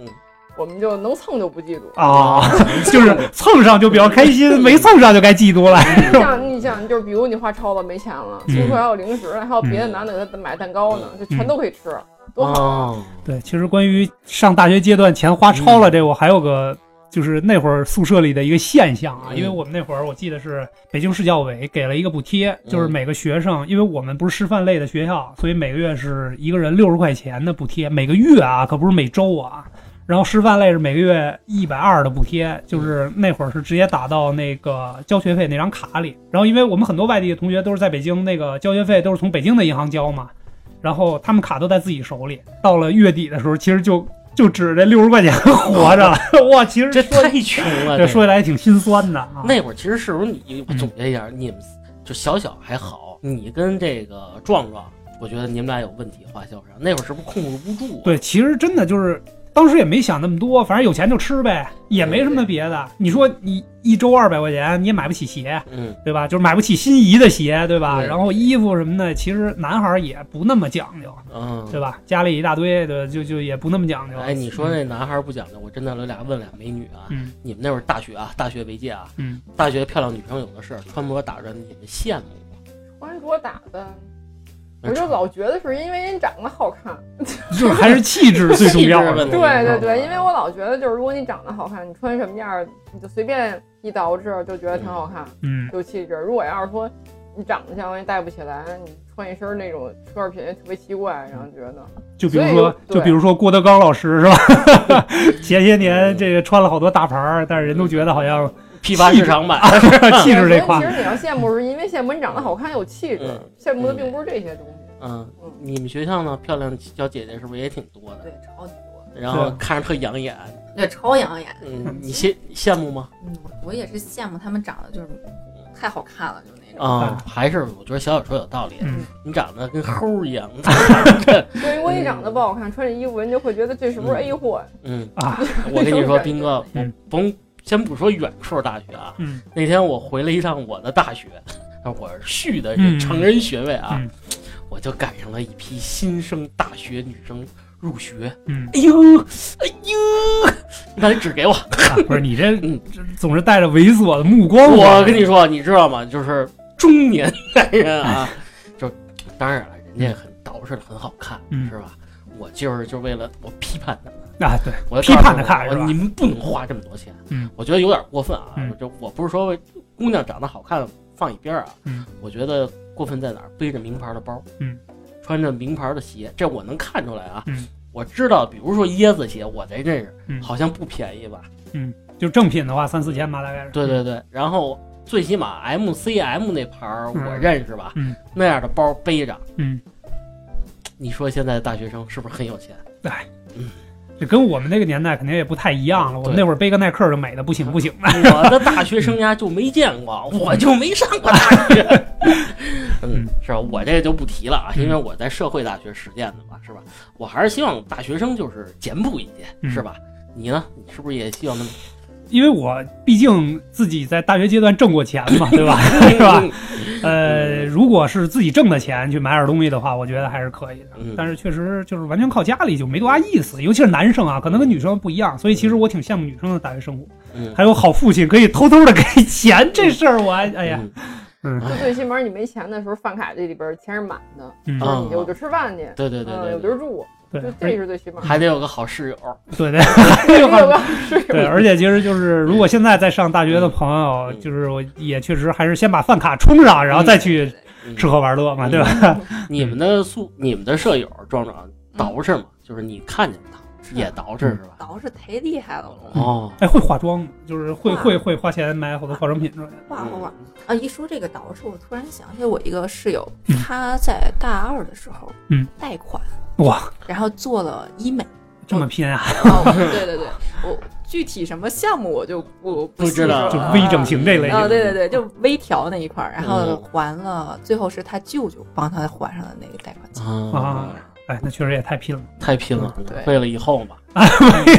[SPEAKER 3] 我们就能蹭就不嫉妒。
[SPEAKER 2] 啊，就是蹭上就比较开
[SPEAKER 1] <laughs>
[SPEAKER 2] 心，没蹭上就该嫉妒了。
[SPEAKER 3] <laughs> 你想，你想，就是比如你花超了没钱了，
[SPEAKER 2] 嗯
[SPEAKER 3] 宿舍还有零食，还有别的男的给他买蛋糕呢，就全都可以吃，多好！
[SPEAKER 1] 哦，
[SPEAKER 2] 对，其实关于上大学阶段钱花超
[SPEAKER 1] 嗯
[SPEAKER 2] 了这，我还有个就是那会儿宿舍里的一个现象啊，
[SPEAKER 1] 嗯
[SPEAKER 2] 因为我们那会儿我记得是北京市教委给了一个补贴，
[SPEAKER 1] 嗯
[SPEAKER 2] 就是每个学生，因为我们不是师范类的学校，所以每个月是一个人六十块钱的补贴，每个月啊，可不是每周啊。然后师范类是每个月一百二的补贴，就是那会儿是直接打到那个交学费那张卡里。然后因为我们很多外地的同学都是在北京，那个交学费都是从北京的银行交嘛，然后他们卡都在自己手里。到了月底的时候，其实就就指着这六十块钱活
[SPEAKER 1] <laughs>
[SPEAKER 2] 着了。
[SPEAKER 1] 哦
[SPEAKER 2] 哇，其实
[SPEAKER 1] 这
[SPEAKER 2] 说
[SPEAKER 1] 太穷了。这
[SPEAKER 2] 这说起来也挺心酸的啊。
[SPEAKER 1] 那会儿其实是不是你我
[SPEAKER 2] 嗯
[SPEAKER 1] 总结一下，你们就小小还好，你跟这个壮壮我觉得你们俩有问题，花销上那会儿是不是控制不住、啊？
[SPEAKER 2] 对，其实真的就是当时也没想那么多，反正有钱就吃呗，也没什么别的。你说你一周二百块钱，你也买不起鞋，
[SPEAKER 1] 嗯，
[SPEAKER 2] 对吧？就是买不起心仪的鞋，对吧？
[SPEAKER 1] 对
[SPEAKER 2] 然后衣服什么的，其实男孩儿也不那么讲究，
[SPEAKER 1] 嗯，
[SPEAKER 2] 对吧？家里一大堆的，就就也不那么讲究。
[SPEAKER 1] 哎，你说那男孩儿不讲究，我真的有俩问俩美女啊，
[SPEAKER 2] 嗯
[SPEAKER 1] 你们那会儿大学啊，大学为界啊，
[SPEAKER 2] 嗯，
[SPEAKER 1] 大学漂亮女生有的是，穿着打着你们羡慕啊吗？
[SPEAKER 2] 嗯
[SPEAKER 3] 穿着打扮，我就老觉得是因为人长得好看。
[SPEAKER 2] 就是还是气质最重要
[SPEAKER 1] 气质问
[SPEAKER 2] 的。
[SPEAKER 1] 题
[SPEAKER 3] 对对对，
[SPEAKER 1] 嗯
[SPEAKER 3] 因为我老觉得就是如果你长得好看，你穿什么样儿你就随便一捯饬就觉得挺好看，
[SPEAKER 2] 嗯，
[SPEAKER 3] 有气质。如果要是说你长得像人戴不起来，你穿一身那种奢侈品也特别奇怪，然后觉得
[SPEAKER 2] 就比如
[SPEAKER 3] 所以
[SPEAKER 2] 说，
[SPEAKER 3] 对
[SPEAKER 2] 就比如说郭德纲老师是吧？
[SPEAKER 1] <laughs>
[SPEAKER 2] 前些年这个穿了好多大牌儿，但是人都觉得好像
[SPEAKER 1] <laughs> 批发市场版，
[SPEAKER 2] 气质这块
[SPEAKER 3] 其，实你要羡慕，是因为羡慕你长得好看有气质
[SPEAKER 1] 嗯，
[SPEAKER 3] 羡慕的并不是这些东西。
[SPEAKER 1] 嗯
[SPEAKER 3] 嗯，
[SPEAKER 1] 你们学校呢，漂亮小姐姐是不是也挺多的？
[SPEAKER 4] 对，超级多，
[SPEAKER 1] 然后
[SPEAKER 2] 对啊
[SPEAKER 1] 看着特养眼，
[SPEAKER 4] 对，超养眼。
[SPEAKER 1] 嗯，你羡羡慕吗？
[SPEAKER 4] 嗯，我也是羡慕他们长得就是太好看了，就那
[SPEAKER 2] 哦
[SPEAKER 4] 种。
[SPEAKER 1] 啊，还是我觉得小小说有道理，
[SPEAKER 2] 嗯，
[SPEAKER 1] 你长得跟猴儿一
[SPEAKER 2] <laughs>
[SPEAKER 1] 样，
[SPEAKER 3] 对，如果你长得不好看，穿这衣服人就会觉得这是不是 A 货？
[SPEAKER 1] 嗯
[SPEAKER 2] 啊，
[SPEAKER 1] <laughs> 我跟你说，斌哥，
[SPEAKER 2] 嗯
[SPEAKER 1] 甭先不说远处大学啊，
[SPEAKER 2] 嗯
[SPEAKER 1] 那天我回了一趟我的大学，啊我是续的
[SPEAKER 2] 嗯
[SPEAKER 1] 成人学位啊，
[SPEAKER 2] 嗯
[SPEAKER 1] 我就赶上了一批新生大学女生入学，
[SPEAKER 2] 嗯，
[SPEAKER 1] 哎呦，哎呦，你把那纸给我，
[SPEAKER 2] 啊不是你这
[SPEAKER 1] 嗯
[SPEAKER 2] 这总是带着猥琐的目光。
[SPEAKER 1] 我跟你说，你知道吗？就是中年男人啊，就当然了，人家很捯饬的很好看，
[SPEAKER 2] 哎嗯
[SPEAKER 1] 是吧？我就是就为了我批判他们，
[SPEAKER 2] 啊，对，
[SPEAKER 1] 我
[SPEAKER 2] 批判地看
[SPEAKER 1] 我
[SPEAKER 2] 是吧
[SPEAKER 1] 你们不能花这么多钱，
[SPEAKER 2] 嗯，
[SPEAKER 1] 我觉得有点过分啊。
[SPEAKER 2] 嗯
[SPEAKER 1] 我就我不是说姑娘长得好看放一边儿啊，
[SPEAKER 2] 嗯，
[SPEAKER 1] 我觉得过分在哪儿？背着名牌的包，
[SPEAKER 2] 嗯，
[SPEAKER 1] 穿着名牌的鞋，这我能看出来啊。
[SPEAKER 2] 嗯
[SPEAKER 1] 我知道，比如说椰子鞋，我才认识，
[SPEAKER 2] 嗯
[SPEAKER 1] 好像不便宜吧？
[SPEAKER 2] 就正品的话三四千吧，大概是。嗯
[SPEAKER 1] 对对对，然后最起码 MCM 那牌儿
[SPEAKER 2] 嗯
[SPEAKER 1] 我认识吧，
[SPEAKER 2] 嗯
[SPEAKER 1] 那样的包背着，
[SPEAKER 2] 嗯，
[SPEAKER 1] 你说现在的大学生是不是很有钱？
[SPEAKER 2] 这跟我们那个年代肯定也不太一样了。我们
[SPEAKER 1] 对
[SPEAKER 2] 那会儿背个耐克就美的不行不行的。 <laughs>
[SPEAKER 1] <laughs> 我的大学生涯就没见过，我就没上过大学。 <laughs> 嗯，是吧？我这个就不提了啊，因为
[SPEAKER 2] 嗯
[SPEAKER 1] 我在社会大学实践的嘛，是吧？我还是希望大学生就是简朴一些，
[SPEAKER 2] 嗯
[SPEAKER 1] 是吧？你呢？你是不是也希望那么
[SPEAKER 2] 因为我毕竟自己在大学阶段挣过钱嘛，
[SPEAKER 1] <laughs>
[SPEAKER 2] 对吧？是吧？呃，如果是自己挣的钱去买点东西的话，我觉得还是可以的。
[SPEAKER 1] 嗯
[SPEAKER 2] 但是确实就是完全靠家里就没多大意思，尤其是男生啊，可能跟女生不一样，所以其实我挺羡慕女生的大学生活，
[SPEAKER 1] 嗯，
[SPEAKER 2] 还有好父亲可以偷偷的给钱这事儿，我还哎呀，
[SPEAKER 1] 嗯，
[SPEAKER 2] 嗯
[SPEAKER 3] 就最起码你没钱的时候，饭卡这里边钱是满的，
[SPEAKER 2] 嗯，
[SPEAKER 1] 啊
[SPEAKER 3] 你就我就吃饭去，
[SPEAKER 1] 对对
[SPEAKER 4] 啊
[SPEAKER 1] 对
[SPEAKER 3] 嗯，
[SPEAKER 1] 对
[SPEAKER 3] 有地
[SPEAKER 1] 对，
[SPEAKER 3] 儿住，
[SPEAKER 2] 对
[SPEAKER 3] 就这是最起码。
[SPEAKER 1] 还得有个好室友。
[SPEAKER 2] 对对，还有
[SPEAKER 3] <laughs> 这
[SPEAKER 2] 好
[SPEAKER 3] 个是
[SPEAKER 2] 对，而且其实就是，如果现在在上大学的朋友，
[SPEAKER 1] 嗯
[SPEAKER 2] 就是我也确实还是先把饭卡充上，然后再去
[SPEAKER 1] 嗯
[SPEAKER 2] 吃喝玩乐嘛，
[SPEAKER 1] 嗯
[SPEAKER 2] 对吧？
[SPEAKER 1] 你们的宿，你们的舍友壮壮啊捯饬嘛，就是你看见他
[SPEAKER 4] 啊
[SPEAKER 1] 也捯
[SPEAKER 2] 嗯
[SPEAKER 1] 饬是吧？
[SPEAKER 4] 捯饬忒厉害了，我
[SPEAKER 1] 哦，
[SPEAKER 2] 哎，会化妆吗，就是会
[SPEAKER 4] 化
[SPEAKER 2] 会会花钱买好多化妆品之类的。
[SPEAKER 4] 画画画啊！一说这个捯饬，我突然想起我一个室友，他在大二的时候，
[SPEAKER 2] 嗯，
[SPEAKER 4] 贷款，
[SPEAKER 2] 哇，
[SPEAKER 4] 然后做了
[SPEAKER 2] <laughs>
[SPEAKER 4] 医美。
[SPEAKER 2] 这么拼啊！
[SPEAKER 4] 哦，对对对，我具体什么项目我就不
[SPEAKER 1] 不知
[SPEAKER 4] 细
[SPEAKER 1] 道
[SPEAKER 4] 说
[SPEAKER 2] 就
[SPEAKER 4] 了
[SPEAKER 2] 微整形这类
[SPEAKER 4] 啊，
[SPEAKER 2] 型。
[SPEAKER 4] 对对对，就微调那一块儿，然后
[SPEAKER 1] 嗯
[SPEAKER 4] 还了，最后是他舅舅帮他还上的那个贷款钱。
[SPEAKER 1] 啊
[SPEAKER 2] 啊，哎，那确实也太拼了。
[SPEAKER 1] 太拼了
[SPEAKER 4] 对，
[SPEAKER 1] 为了以后嘛，嗯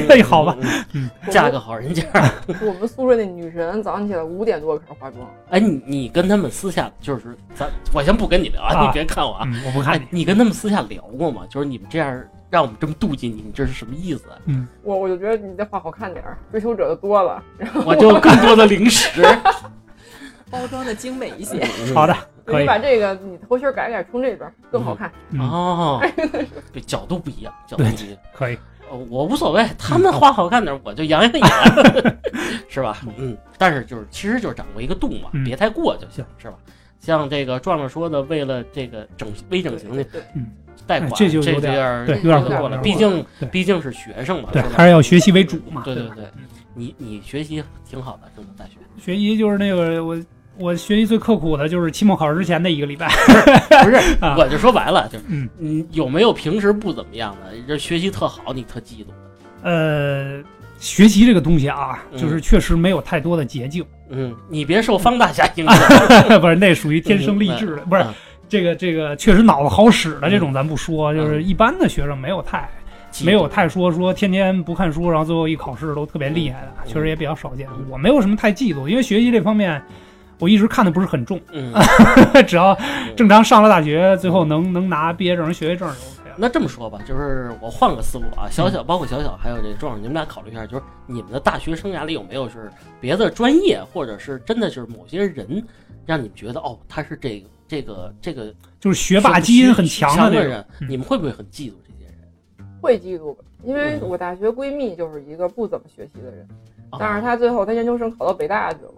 [SPEAKER 2] 哎，好吧，
[SPEAKER 3] <laughs>
[SPEAKER 1] 嫁个好人家。 <laughs>
[SPEAKER 3] 我们宿舍那女神早上起来五点多开始化妆，
[SPEAKER 1] 哎，你你跟他们私下就是咱，我先不跟你聊，
[SPEAKER 2] 啊
[SPEAKER 1] 你别看我啊。
[SPEAKER 2] 嗯，我不看
[SPEAKER 1] 哎
[SPEAKER 2] 你，。
[SPEAKER 1] 你跟他们私下聊过吗？就是你们这样让我们这么妒忌你，你这是什么意思？啊
[SPEAKER 3] 我我就觉得你这画好看点儿，追求者就多了。
[SPEAKER 1] 我就更多的零 <laughs> 食。
[SPEAKER 4] 包装的精美一些，
[SPEAKER 2] 好的，可
[SPEAKER 1] 嗯
[SPEAKER 3] 你
[SPEAKER 2] 以。
[SPEAKER 3] 把这个你头芯改改，冲这边更好看。
[SPEAKER 2] 嗯，
[SPEAKER 1] 哦，对，角度不一样，角度不一样。
[SPEAKER 2] 可以。
[SPEAKER 1] 呃我无所谓，
[SPEAKER 2] 嗯
[SPEAKER 1] 他们画好看点儿，我就养养眼，
[SPEAKER 2] <laughs>
[SPEAKER 1] 是吧？嗯，但是就是，其实就是掌握一个度嘛，
[SPEAKER 2] 嗯
[SPEAKER 1] 别太过就行，是吧？像这个壮壮说的，为了这个整微整形的
[SPEAKER 4] 对，
[SPEAKER 1] 贷款，
[SPEAKER 2] 哎这就
[SPEAKER 1] 这
[SPEAKER 2] 有
[SPEAKER 1] 有
[SPEAKER 2] 点
[SPEAKER 1] 点儿
[SPEAKER 2] 对，有
[SPEAKER 3] 有
[SPEAKER 2] 点
[SPEAKER 3] 点
[SPEAKER 1] 过
[SPEAKER 2] 过
[SPEAKER 1] 了，
[SPEAKER 2] 了。
[SPEAKER 1] 毕竟
[SPEAKER 2] 对
[SPEAKER 1] 毕竟是学生嘛，
[SPEAKER 2] 对，
[SPEAKER 1] 是吧
[SPEAKER 2] 还是要学习为主嘛。
[SPEAKER 1] 对对
[SPEAKER 2] 吧
[SPEAKER 1] 对
[SPEAKER 2] 嗯
[SPEAKER 1] 你你学习挺好的，真的大学，
[SPEAKER 2] 学习就是那个我我学习最刻苦的就是期末考试之前的一个礼拜。 <laughs>
[SPEAKER 1] 不是？
[SPEAKER 2] 啊
[SPEAKER 1] 我就说白了，就是
[SPEAKER 2] 嗯
[SPEAKER 1] 你有没有平时不怎么样的，这学习特好，你特嫉妒？
[SPEAKER 2] 呃，学习这个东西啊，
[SPEAKER 1] 嗯
[SPEAKER 2] 就是确实没有太多的捷径， <laughs> 啊
[SPEAKER 1] 嗯，你别受方大侠影响，
[SPEAKER 2] 不是那属于天生丽质的，不是
[SPEAKER 1] 嗯
[SPEAKER 2] 这个这个确实脑子好使的这种咱不说，就是一般的学生没有太没有太说说天天不看书，然后最后一考试都特别厉害的，
[SPEAKER 1] 嗯
[SPEAKER 2] 确实也比较少见。我没有什么太嫉妒，因为学习这方面我一直看的不是很重， <laughs>
[SPEAKER 1] 嗯，
[SPEAKER 2] 只要正常上了大学，最后能能拿毕业证、学位证就 OK 了。
[SPEAKER 1] 那这么说吧，就是我换个思路啊，小
[SPEAKER 2] 嗯
[SPEAKER 1] 小包括小小还有这壮壮，你们俩考虑一下，就是你们的大学生涯里有没有是别的专业，或者是真的就是某些人，让你们觉得哦，他是这个这个这个
[SPEAKER 2] 就是学霸基因很强
[SPEAKER 1] 的
[SPEAKER 2] 的那种嗯
[SPEAKER 1] 人，，你们会不会很嫉妒这些人？
[SPEAKER 3] 会嫉妒，因为
[SPEAKER 1] 嗯
[SPEAKER 3] 我大学闺蜜就是一个不怎么学习的人，
[SPEAKER 1] 啊
[SPEAKER 3] 但是她最后她研究生考到北大去了。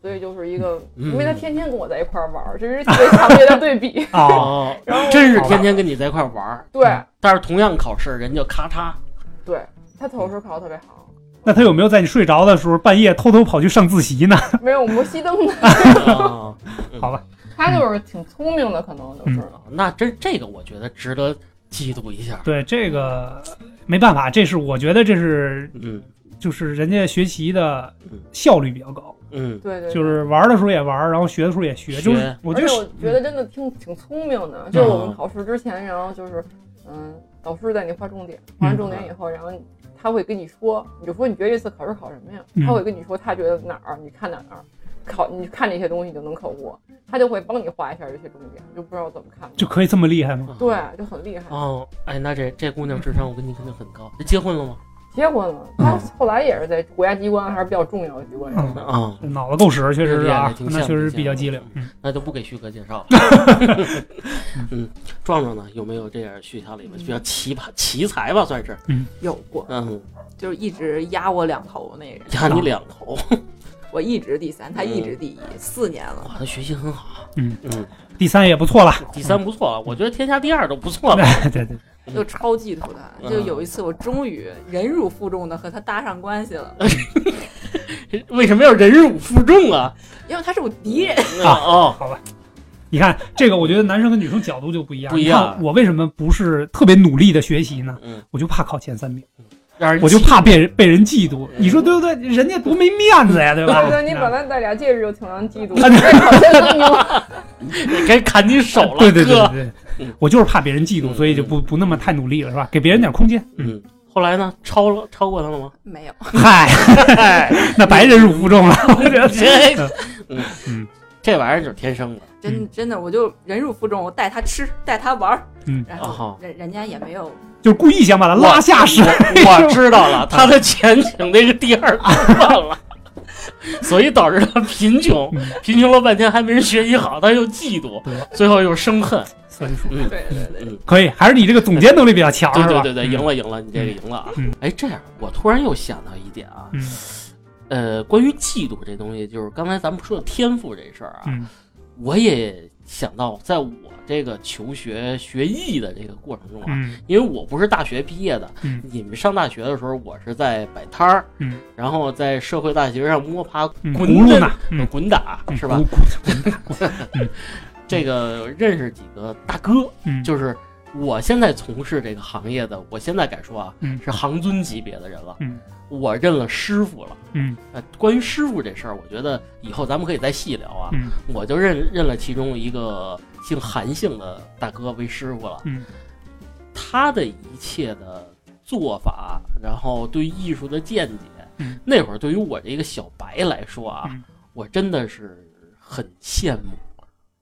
[SPEAKER 3] 所以就是一个，
[SPEAKER 1] 嗯
[SPEAKER 3] 因为她天天跟我在一块儿玩儿，这是特别强烈的
[SPEAKER 1] <laughs>
[SPEAKER 3] 对比。
[SPEAKER 2] 啊，
[SPEAKER 1] 哦，
[SPEAKER 3] <laughs> 然后
[SPEAKER 1] 真是天天跟你在一块玩儿，
[SPEAKER 3] 对
[SPEAKER 1] 但是同样考试，人就咔
[SPEAKER 2] <laughs>
[SPEAKER 1] 嚓，
[SPEAKER 3] 对，她头时考得特别好，
[SPEAKER 2] 那他有没有在你睡着的时候半夜偷偷跑去上自习呢？
[SPEAKER 3] 没有我们熄灯的。
[SPEAKER 1] 啊
[SPEAKER 2] 好吧，
[SPEAKER 3] <laughs> 她就是挺聪明的，可能
[SPEAKER 1] 嗯
[SPEAKER 3] 就是
[SPEAKER 1] 啊那这这个我觉得值得嫉妒一下。
[SPEAKER 2] <laughs> 对这个没办法，这是我觉得这是
[SPEAKER 1] 嗯
[SPEAKER 2] 就是人家学习的
[SPEAKER 1] 嗯
[SPEAKER 2] 效率比较高，
[SPEAKER 1] 嗯
[SPEAKER 3] 对对，对
[SPEAKER 2] 就是玩的时候也玩，然后学的时候也学。
[SPEAKER 1] 学
[SPEAKER 2] 就是我
[SPEAKER 3] 而
[SPEAKER 2] 就
[SPEAKER 3] 且
[SPEAKER 2] 是嗯
[SPEAKER 3] 我觉得真的挺挺聪明的，就是我们考试之前，然后就是，嗯，导师带你画重点，画
[SPEAKER 2] 嗯
[SPEAKER 3] 完重点以后，然后他会跟你说，你就说你觉得这次考试考什么呀
[SPEAKER 2] 嗯？
[SPEAKER 3] 他会跟你说他觉得哪儿，你看哪儿，考你看这些东西你就能考过，他就会帮你画一下这些重点，就不知道怎么看。
[SPEAKER 2] 就可以这么厉害吗？
[SPEAKER 3] 对，就很厉害。
[SPEAKER 1] 哦，哎，那这这姑娘智商我跟你肯定很高。结婚了吗？
[SPEAKER 3] 结婚了，他后来也是在国家机关还是比较重要的机关上
[SPEAKER 2] 嗯
[SPEAKER 1] 啊、
[SPEAKER 2] 脑子够使，确实是啊，
[SPEAKER 1] 挺像
[SPEAKER 2] 那确
[SPEAKER 1] 挺
[SPEAKER 2] 实
[SPEAKER 1] 像
[SPEAKER 2] 比较机灵。嗯，
[SPEAKER 1] 那就不给旭哥介绍了。 <laughs> 嗯，壮壮呢，有没有这样学校里面比较奇葩奇才吧，算是？
[SPEAKER 4] 有过，
[SPEAKER 1] 嗯，
[SPEAKER 4] 就是一直压我两头那人，
[SPEAKER 1] 压你两头，
[SPEAKER 4] 我一直第三，他一
[SPEAKER 1] 嗯
[SPEAKER 4] 直第一，四年了。
[SPEAKER 1] 哇，他学习很好。
[SPEAKER 2] 嗯
[SPEAKER 1] 嗯，
[SPEAKER 2] 第三也不错了。 <laughs>
[SPEAKER 1] 第三不错了，啊我觉得天下第二都不错了。啊
[SPEAKER 2] 对对对，
[SPEAKER 4] 就超嫉妒他。
[SPEAKER 1] 嗯
[SPEAKER 4] 就有一次，我终于忍辱负重的和他搭上关系了，
[SPEAKER 1] 嗯 <laughs> 为什么要忍辱负重啊？
[SPEAKER 4] <laughs> 因为他是我敌人。
[SPEAKER 1] 啊哦，
[SPEAKER 2] 你看这个，我觉得男生跟女生角度就不一样。
[SPEAKER 1] 不一样
[SPEAKER 2] 你看我为什么不是特别努力的学习呢？
[SPEAKER 1] 嗯，
[SPEAKER 2] 我就怕考前三名，
[SPEAKER 1] 让人
[SPEAKER 2] 我就
[SPEAKER 1] 气
[SPEAKER 2] 怕被人被人嫉妒。你说对不对？人家多没面子呀，对吧？
[SPEAKER 3] 对对，你
[SPEAKER 2] 那
[SPEAKER 3] 本来戴俩戒指就挺让人嫉妒，
[SPEAKER 2] 嗯
[SPEAKER 3] 再考前三名，
[SPEAKER 1] 该砍你手了，
[SPEAKER 2] 哎 <laughs> 对对对
[SPEAKER 1] 哥。
[SPEAKER 2] 对
[SPEAKER 1] 嗯
[SPEAKER 2] 对，我就是怕别人嫉妒，
[SPEAKER 1] 嗯
[SPEAKER 2] 所以就不不那么太努力了，是吧？给别人点空间。嗯，
[SPEAKER 1] 嗯，后来呢？超了，超过他了吗？
[SPEAKER 4] 没有，
[SPEAKER 1] <laughs>
[SPEAKER 2] 嗨，那白忍辱负重了。我觉得
[SPEAKER 1] 这
[SPEAKER 2] 嗯
[SPEAKER 1] 这玩意儿就是天生的。
[SPEAKER 4] 真真的，我就忍辱负重，我带他吃，带他玩儿，
[SPEAKER 2] 嗯
[SPEAKER 4] 然
[SPEAKER 1] 啊哈
[SPEAKER 4] 后人人家也
[SPEAKER 1] <laughs>
[SPEAKER 4] 没有，
[SPEAKER 2] 就是故意想把他拉下水。 <laughs> 嗯
[SPEAKER 1] 我知道了，他的前景那个第二知道了， <laughs> 所以导致他贫穷，
[SPEAKER 2] 嗯
[SPEAKER 1] 贫穷了半天还没人学习好，他又嫉妒，最后又生恨。
[SPEAKER 2] 所以说，
[SPEAKER 1] 嗯，
[SPEAKER 4] 对对对，
[SPEAKER 2] 可以，还是你这个总监能力比较强，
[SPEAKER 1] 对
[SPEAKER 2] 是
[SPEAKER 1] 对
[SPEAKER 2] 吧？
[SPEAKER 1] 对对，赢了赢了，你这个赢了啊
[SPEAKER 2] 嗯！
[SPEAKER 1] 哎，这样我突然又想到一点啊，
[SPEAKER 2] 嗯。
[SPEAKER 1] 呃，关于嫉妒这东西，就是刚才咱们说的天赋这事儿啊，
[SPEAKER 2] 嗯
[SPEAKER 1] 我也想到，在我这个求学学艺的这个过程中啊，
[SPEAKER 2] 嗯
[SPEAKER 1] 因为我不是大学毕业的，
[SPEAKER 2] 嗯
[SPEAKER 1] 你们上大学的时候，我是在摆摊儿，
[SPEAKER 2] 嗯
[SPEAKER 1] 然后在社会大学上摸爬
[SPEAKER 2] 嗯，
[SPEAKER 1] 滚
[SPEAKER 2] 轱辘
[SPEAKER 1] 针
[SPEAKER 2] 呢？嗯，
[SPEAKER 1] 滚打是吧
[SPEAKER 2] 嗯？？
[SPEAKER 1] 这个认识几个大哥，
[SPEAKER 2] 嗯，
[SPEAKER 1] 就是我现在从事这个行业的，我现在敢说啊，
[SPEAKER 2] 嗯
[SPEAKER 1] 是行尊级别的人了，
[SPEAKER 2] 嗯
[SPEAKER 1] 我认了师傅了。
[SPEAKER 2] 嗯
[SPEAKER 1] 呃，关于师傅这事儿，我觉得以后咱们可以再细聊啊。
[SPEAKER 2] 嗯
[SPEAKER 1] 我就认认了其中一个姓韩姓的大哥为师傅了。
[SPEAKER 2] 嗯
[SPEAKER 1] 他的一切的做法，然后对艺术的见解，
[SPEAKER 2] 嗯
[SPEAKER 1] 那会儿对于我这个小白来说啊，
[SPEAKER 2] 嗯
[SPEAKER 1] 我真的是很羡慕。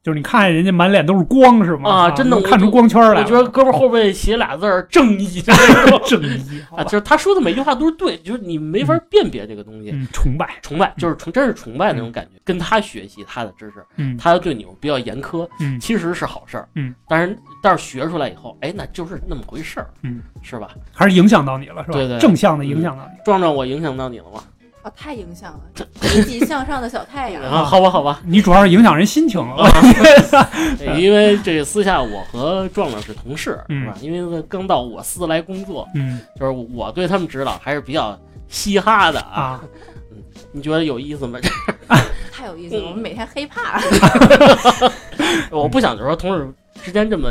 [SPEAKER 2] 就是你看见人家满脸都是光是吗？
[SPEAKER 1] 啊真的
[SPEAKER 2] 能
[SPEAKER 1] 我
[SPEAKER 2] 看出
[SPEAKER 1] 就
[SPEAKER 2] 光圈来了。
[SPEAKER 1] 我觉得哥们儿后背写俩字儿“正义”，就是
[SPEAKER 2] <laughs>
[SPEAKER 1] 说
[SPEAKER 2] 正义，好
[SPEAKER 1] 啊，
[SPEAKER 2] 吧
[SPEAKER 1] 就是他说的每句话都是对，就是你没法辨别这个东西。
[SPEAKER 2] 嗯，崇拜，
[SPEAKER 1] 崇拜就是崇，真是崇拜那种感觉。跟他学习他的知识，
[SPEAKER 2] 嗯
[SPEAKER 1] 他对你有比较严苛，
[SPEAKER 2] 嗯
[SPEAKER 1] 其实是好事儿。
[SPEAKER 2] 嗯，
[SPEAKER 1] 但是但是学出来以后，哎，那就是那么回事儿，
[SPEAKER 2] 嗯，
[SPEAKER 1] 是吧？
[SPEAKER 2] 还是影响到你了是吧？
[SPEAKER 1] 对对
[SPEAKER 2] 正向的影响到你。
[SPEAKER 1] 壮壮，我影响到你了吗？
[SPEAKER 4] 哦，太影响了，积极向上的小太阳。
[SPEAKER 1] 啊，好吧，好吧，
[SPEAKER 2] 你主要是影响人心情
[SPEAKER 1] 啊
[SPEAKER 2] 了，
[SPEAKER 1] 因为这私下我和壮壮是同事，
[SPEAKER 2] 嗯
[SPEAKER 1] 是吧？因为刚到我司来工作，
[SPEAKER 2] 嗯
[SPEAKER 1] 就是我对他们指导还是比较嘻哈的啊。
[SPEAKER 2] 啊，
[SPEAKER 1] 你觉得有意思吗？
[SPEAKER 4] 太有意思了，我们每天黑怕，
[SPEAKER 2] 嗯
[SPEAKER 1] 我不想就是说同事之间这么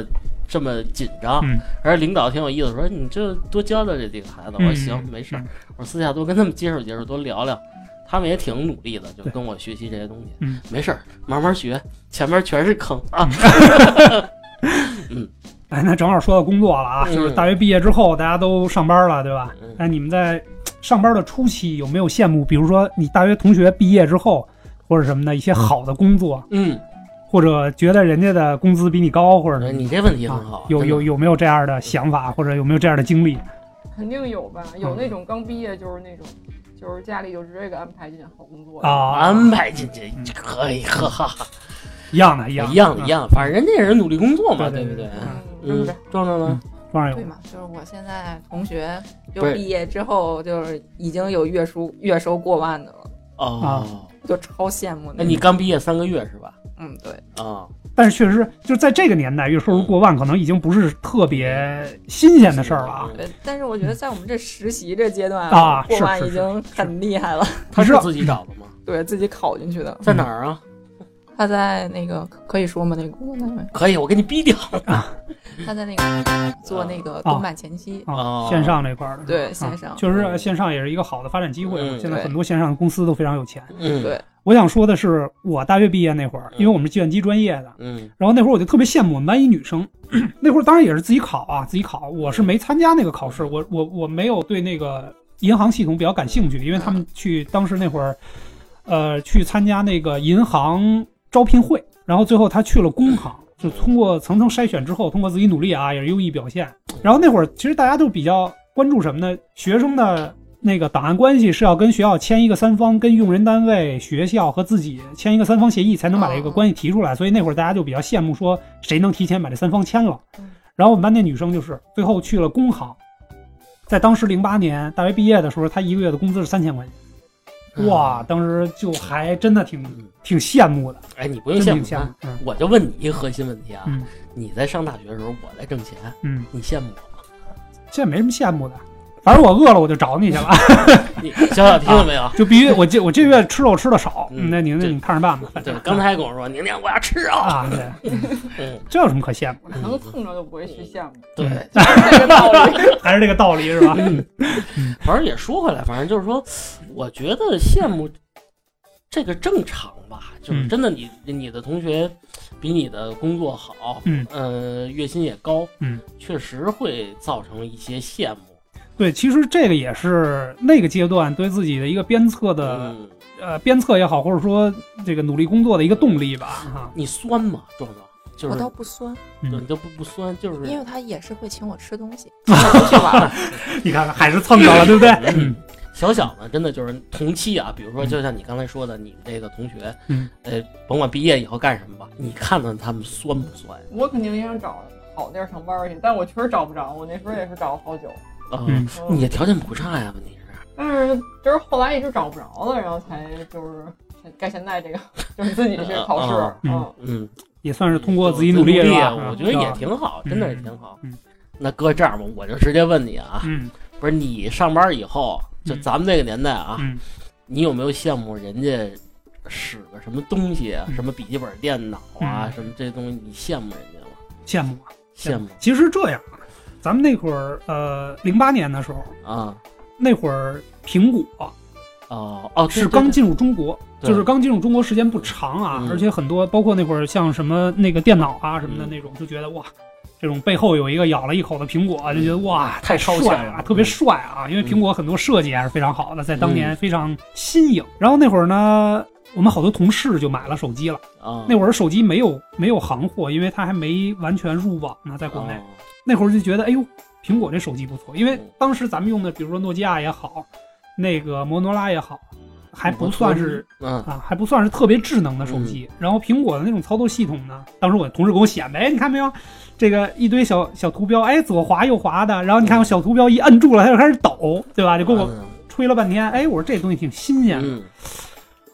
[SPEAKER 1] 这么紧张，
[SPEAKER 2] 嗯
[SPEAKER 1] 而领导挺有意思，说你这多教教这几个孩子。我说
[SPEAKER 2] 嗯
[SPEAKER 1] 行，没事儿
[SPEAKER 2] 嗯。
[SPEAKER 1] 我说私下多跟他们接触接触，多聊聊。他们也挺努力的，就
[SPEAKER 2] 对
[SPEAKER 1] 跟我学习这些东西。
[SPEAKER 2] 嗯，
[SPEAKER 1] 没事儿，慢慢学，前面全是坑啊。
[SPEAKER 2] 哎，那正好说到工作了啊，
[SPEAKER 1] 嗯
[SPEAKER 2] 就是大学毕业之后，大家都上班了，对吧？ <laughs> 哎
[SPEAKER 1] 嗯
[SPEAKER 2] 那你们在上班的初期有没有羡慕？比如说你大学同学毕业之后，或者什么的一些好的工作，
[SPEAKER 1] 嗯，
[SPEAKER 2] 或者觉得人家的工资比你高，或者什么
[SPEAKER 1] 哎你这问题
[SPEAKER 2] 啊
[SPEAKER 1] 很好，
[SPEAKER 2] 有有有没有这样的想法，或者有没有这样的经历？
[SPEAKER 3] 肯定有吧？有那种刚毕业就是那种，就是家里就直接给安排进好工作的，
[SPEAKER 2] 啊，
[SPEAKER 1] 安排进去可以，哈哈，
[SPEAKER 2] 一样嗯的，一
[SPEAKER 1] 一
[SPEAKER 2] 样的，
[SPEAKER 1] 样
[SPEAKER 2] 嗯啊
[SPEAKER 1] 的一样，反正人家也是努力工作嘛，
[SPEAKER 2] 对
[SPEAKER 1] 不
[SPEAKER 2] 对
[SPEAKER 1] 对？
[SPEAKER 3] 嗯，对不
[SPEAKER 1] 嗯
[SPEAKER 3] 对？，
[SPEAKER 1] 壮壮呢？
[SPEAKER 2] 当然有
[SPEAKER 4] 对。嘛，就是我现在同学就
[SPEAKER 1] 对
[SPEAKER 4] 毕业之后，就是已经有月收月收过万的了，
[SPEAKER 2] 啊
[SPEAKER 1] 哦，
[SPEAKER 4] 就超羡慕
[SPEAKER 1] 那
[SPEAKER 4] 种
[SPEAKER 1] 你刚毕业三个月是吧？
[SPEAKER 4] 嗯，对，
[SPEAKER 1] 啊，
[SPEAKER 2] 但是确实，就是在这个年代，月收入
[SPEAKER 1] 嗯
[SPEAKER 2] 过万可能已经不是特别新鲜的事儿了啊。
[SPEAKER 1] 嗯
[SPEAKER 4] 呃但是我觉得在我们这实习这阶段
[SPEAKER 2] 啊
[SPEAKER 4] 过
[SPEAKER 2] 是
[SPEAKER 4] 万
[SPEAKER 2] 是
[SPEAKER 4] 已经很厉害了，
[SPEAKER 1] 他
[SPEAKER 2] 是
[SPEAKER 1] 是自己找的吗？
[SPEAKER 4] 对自己考进去的。
[SPEAKER 1] 在哪儿啊？
[SPEAKER 4] 他在那个可以说吗？那个工作单位，
[SPEAKER 1] 可以，我给你逼掉。
[SPEAKER 4] 他在那个做那个动漫前期，
[SPEAKER 1] 哦
[SPEAKER 2] 啊，线上这块儿的，
[SPEAKER 4] 对
[SPEAKER 2] 啊
[SPEAKER 4] 线上
[SPEAKER 2] 确实线上也是一个好的发展机会嘛。
[SPEAKER 1] 嗯
[SPEAKER 2] 现在
[SPEAKER 4] 对
[SPEAKER 2] 很多线上公司都非常有钱。
[SPEAKER 1] 嗯，
[SPEAKER 4] 对
[SPEAKER 2] 我想说的是，我大学毕业那会儿，
[SPEAKER 1] 嗯
[SPEAKER 2] 因为我们是计算机专业的，
[SPEAKER 1] 嗯
[SPEAKER 2] 然后那会儿我就特别羡慕我们班一女生， <clears throat> 那会儿当然也是自己考啊，自己考，我是没参加那个考试，我我我没有对那个银行系统比较感兴趣，因为他们去当时那会儿，呃，去参加那个银行招聘会，然后最后他去了工行，就通过层层筛选之后，通过自己努力啊，也是优异表现。然后那会儿其实大家都比较关注什么呢？学生的那个档案关系是要跟学校签一个三方，跟用人单位、学校和自己签一个三方协议，才能把这个关系提出来。所以那会儿大家就比较羡慕说谁能提前把这三方签了
[SPEAKER 4] 嗯。
[SPEAKER 2] 然后我们班那女生就是最后去了工行，在当时零八年大学毕业的时候，她一个月的工资是三千块钱，
[SPEAKER 1] 嗯
[SPEAKER 2] 哇，当时就还真的挺
[SPEAKER 1] 嗯
[SPEAKER 2] 挺羡慕的，
[SPEAKER 1] 哎，你不用羡
[SPEAKER 2] 真挺
[SPEAKER 1] 慕
[SPEAKER 2] 羡慕
[SPEAKER 1] 他。。
[SPEAKER 2] 嗯
[SPEAKER 1] 我就问你一个核心问题啊，
[SPEAKER 2] 嗯
[SPEAKER 1] 你在上大学的时候，我在挣钱，
[SPEAKER 2] 嗯，
[SPEAKER 1] 你羡慕我吗？
[SPEAKER 2] <laughs> 现在没什么羡慕的，反正我饿了我就找你去了。
[SPEAKER 1] 嗯你小小听了没有？ <laughs>
[SPEAKER 2] 就必须我这我这月吃肉吃的少，
[SPEAKER 1] 嗯
[SPEAKER 2] 那您那
[SPEAKER 1] 对
[SPEAKER 2] 你看
[SPEAKER 1] <laughs>
[SPEAKER 2] 着办吧。
[SPEAKER 1] 对，刚才还跟我说，宁宁我要吃肉。
[SPEAKER 2] 啊，对，
[SPEAKER 1] 嗯，
[SPEAKER 2] 这有什么可羡慕？
[SPEAKER 3] 能蹭着就不会去羡慕，
[SPEAKER 1] 对，
[SPEAKER 3] 这个道理。
[SPEAKER 2] 还是这个道理是吧？
[SPEAKER 1] <laughs> 反正也说回来，反正就是说，我觉得羡慕这个正常吧，就是
[SPEAKER 2] 嗯
[SPEAKER 1] 真的你，你的同学比你的工作好，
[SPEAKER 2] 嗯
[SPEAKER 1] 呃，月薪也高，
[SPEAKER 2] 嗯，
[SPEAKER 1] 确实会造成一些羡慕。
[SPEAKER 2] 对，其实这个也是那个阶段对自己的一个鞭策的，
[SPEAKER 1] 嗯，
[SPEAKER 2] 呃，鞭策也好，或者说这个努力工作的一个动力吧。哈，
[SPEAKER 1] 你酸吗，壮壮？就
[SPEAKER 4] 我
[SPEAKER 1] 是
[SPEAKER 4] 倒不酸，
[SPEAKER 1] 对
[SPEAKER 2] 嗯
[SPEAKER 1] 你，都不不酸，就是
[SPEAKER 4] 因为他也是会请我吃东
[SPEAKER 2] <laughs>
[SPEAKER 4] 西，请我 <laughs> 出去玩儿。
[SPEAKER 2] 你看看还是蹭着了，对不对？嗯
[SPEAKER 1] 小小呢，真的就是同期啊，比如说，就像你刚才说的，你这个同学，
[SPEAKER 2] 嗯，
[SPEAKER 1] 呃，甭管毕业以后干什么吧，你看看他们酸不酸
[SPEAKER 2] 嗯
[SPEAKER 3] 我肯定也想找好地儿上班去，但我确实找不着。我那时候也是找了好久，
[SPEAKER 1] 啊？
[SPEAKER 2] 嗯
[SPEAKER 1] 你的条件不差呀，问题是，
[SPEAKER 3] 但是就是后来一直找不着了，然后才就是该现在这个，就是自己去考试，
[SPEAKER 2] 嗯
[SPEAKER 3] 嗯，
[SPEAKER 1] 嗯，
[SPEAKER 2] 也算是通过自己努力
[SPEAKER 1] 努
[SPEAKER 2] 是
[SPEAKER 1] 力
[SPEAKER 2] 吧？
[SPEAKER 1] 啊，
[SPEAKER 2] 啊
[SPEAKER 1] 我觉得也。
[SPEAKER 2] 是吧
[SPEAKER 1] 挺好，
[SPEAKER 2] 嗯
[SPEAKER 1] 真的也挺好
[SPEAKER 2] 嗯。
[SPEAKER 1] 那搁这儿吧，我就直接问你啊，
[SPEAKER 2] 嗯
[SPEAKER 1] 不是你上班以后，就
[SPEAKER 2] 嗯
[SPEAKER 1] 咱们这个年代啊，
[SPEAKER 2] 嗯，
[SPEAKER 1] 你有没有羡慕人家使个什么东西啊，
[SPEAKER 2] 嗯
[SPEAKER 1] 什么笔记本电脑啊，
[SPEAKER 2] 嗯
[SPEAKER 1] 什么这东西，你羡慕人家吗？
[SPEAKER 2] 羡慕啊
[SPEAKER 1] 羡慕
[SPEAKER 2] 其实这样，啊咱们那会儿呃，零八年的时候，
[SPEAKER 1] 啊，
[SPEAKER 2] 那会儿苹果
[SPEAKER 1] 哦哦，对
[SPEAKER 2] 是刚进入中国，
[SPEAKER 1] 对
[SPEAKER 2] 就是刚进入中国时间不长啊
[SPEAKER 1] 嗯，
[SPEAKER 2] 而且很多包括那会儿像什么那个电脑啊什么的
[SPEAKER 1] 嗯
[SPEAKER 2] 那种，就觉得哇，这种背后有一个咬了一口的苹果，啊就觉得哇
[SPEAKER 1] 太嗯超前
[SPEAKER 2] 帅
[SPEAKER 1] 了嗯
[SPEAKER 2] 啊，特别帅啊，因为苹果很多设计还是非常好的，在当年非常新颖。然后那会儿呢。我们好多同事就买了手机了。
[SPEAKER 1] 啊，
[SPEAKER 2] 那会儿手机没有没有行货，因为它还没完全入网呢，在国内。
[SPEAKER 1] 哦嗯
[SPEAKER 2] 那会儿就觉得，哎呦，苹果这手机不错，因为当时咱们用的，比如说诺基亚也好，那个摩托罗拉也好，还不算是
[SPEAKER 1] 嗯
[SPEAKER 2] 啊，还不算是特别智能的手机。然后苹果的那种操作系统呢，当时我同事给我显摆，哎，你看没有，这个一堆小小图标，哎，左滑右滑的，然后你看我小图标一摁住了，它就开始抖，对吧？就给我吹了半天，哎，我说这东西挺新鲜的。
[SPEAKER 1] 嗯，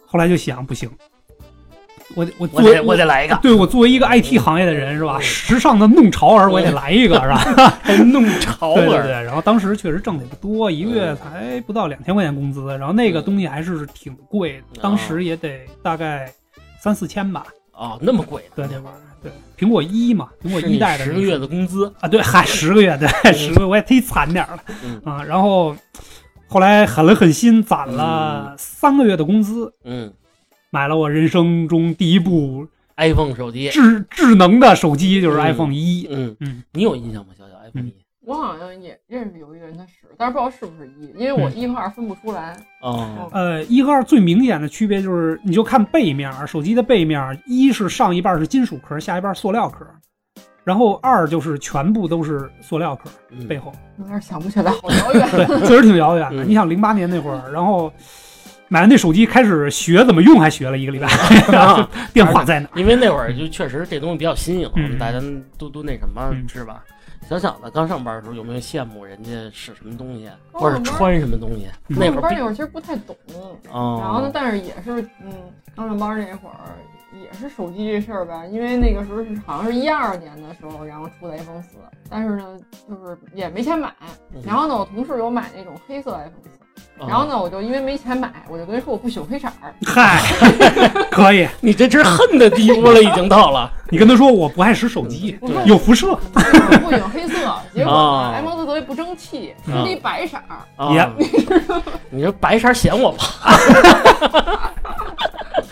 [SPEAKER 2] 后来就想，不行，我得我
[SPEAKER 1] 我
[SPEAKER 2] 作为
[SPEAKER 1] 得我得来一个，
[SPEAKER 2] 对我作为一个 IT 行业的人是吧，
[SPEAKER 1] 嗯
[SPEAKER 2] 时尚的弄潮儿，我也得来一个是吧？
[SPEAKER 1] <laughs> 还弄潮
[SPEAKER 2] 对对
[SPEAKER 1] 儿，
[SPEAKER 2] 对，然后当时确实挣的也不多，一个
[SPEAKER 1] 嗯
[SPEAKER 2] 月才不到两千块钱工资，然后那个东西还是挺贵的，
[SPEAKER 1] 嗯
[SPEAKER 2] 当时也得大概三四千吧。
[SPEAKER 1] 哦，那么贵呢，
[SPEAKER 2] 对，那会儿对苹果一嘛，苹果
[SPEAKER 1] 是
[SPEAKER 2] 一
[SPEAKER 1] 你
[SPEAKER 2] 代的
[SPEAKER 1] 十
[SPEAKER 2] 那
[SPEAKER 1] 个
[SPEAKER 2] 时候
[SPEAKER 1] 月的工资，
[SPEAKER 2] 嗯
[SPEAKER 1] 嗯
[SPEAKER 2] 啊，对，还十个月，对，十个月我也忒惨点儿了啊。然后后来狠了狠心，攒了三个月的工资，
[SPEAKER 1] 嗯
[SPEAKER 2] 买了我人生中第一部
[SPEAKER 1] ，iPhone 手机，
[SPEAKER 2] 智智能的手机，就是
[SPEAKER 1] 嗯
[SPEAKER 2] iPhone 一。
[SPEAKER 1] 嗯
[SPEAKER 2] 嗯，
[SPEAKER 1] 你有印象吗？小小 iPhone 一，
[SPEAKER 3] 我好像也认识有一个人他使，但是不知道是不是一，因为我
[SPEAKER 2] 嗯
[SPEAKER 3] 一和二分不出来。嗯
[SPEAKER 1] 哦，
[SPEAKER 2] 呃，一和二最明显的区别就是，你就看背面，手机的背面，一是上一半是金属壳，下一半塑料壳，然后二就是全部都是塑料壳
[SPEAKER 1] 嗯 <laughs>
[SPEAKER 2] 背后。
[SPEAKER 3] 有点想不起来，好
[SPEAKER 2] <laughs>
[SPEAKER 3] 遥远。
[SPEAKER 2] 对，确实挺遥远
[SPEAKER 1] 嗯
[SPEAKER 2] 的。你想，零八年那会儿，然后买完那手机开始学怎么用，还学了一个礼拜，
[SPEAKER 1] 啊
[SPEAKER 2] <laughs> 电话在哪？
[SPEAKER 1] <laughs> 因为那会儿就确实这东西比较新颖，
[SPEAKER 2] 嗯
[SPEAKER 1] 大家都都那什么
[SPEAKER 2] 嗯
[SPEAKER 1] 是吧？小小子刚上班的时候有没有羡慕人家使什么东西，
[SPEAKER 3] 哦
[SPEAKER 1] 或者穿什么东西？
[SPEAKER 2] 嗯
[SPEAKER 1] 那会
[SPEAKER 3] 上班
[SPEAKER 1] 儿
[SPEAKER 3] 那会儿其实不太懂，然后呢
[SPEAKER 1] 哦，，
[SPEAKER 3] 但是也是，嗯，刚上班那会儿也是手机这事儿吧，因为那个时候是好像是一二年的时候，然后出的 iPhone 四，但是呢，就是也没钱买。然后呢，我同事有买那种黑色 iPhone 四，
[SPEAKER 1] 嗯
[SPEAKER 3] 然后？呢，我就因为没钱买，我就跟人说我不喜欢黑色儿，
[SPEAKER 2] 嗨，可以，
[SPEAKER 1] 你这是恨的地步了，已经到了。
[SPEAKER 2] 你跟他说我不爱使手机，
[SPEAKER 3] 我
[SPEAKER 1] 嗯
[SPEAKER 3] 说
[SPEAKER 2] 有辐射，
[SPEAKER 3] 我不喜欢黑色，结果
[SPEAKER 1] 哦嗯
[SPEAKER 3] 呢，iPhone 四特别不争气，出了一白色儿，
[SPEAKER 1] 啊
[SPEAKER 2] 呀
[SPEAKER 1] <laughs> 你说白衫嫌我胖。
[SPEAKER 3] <laughs>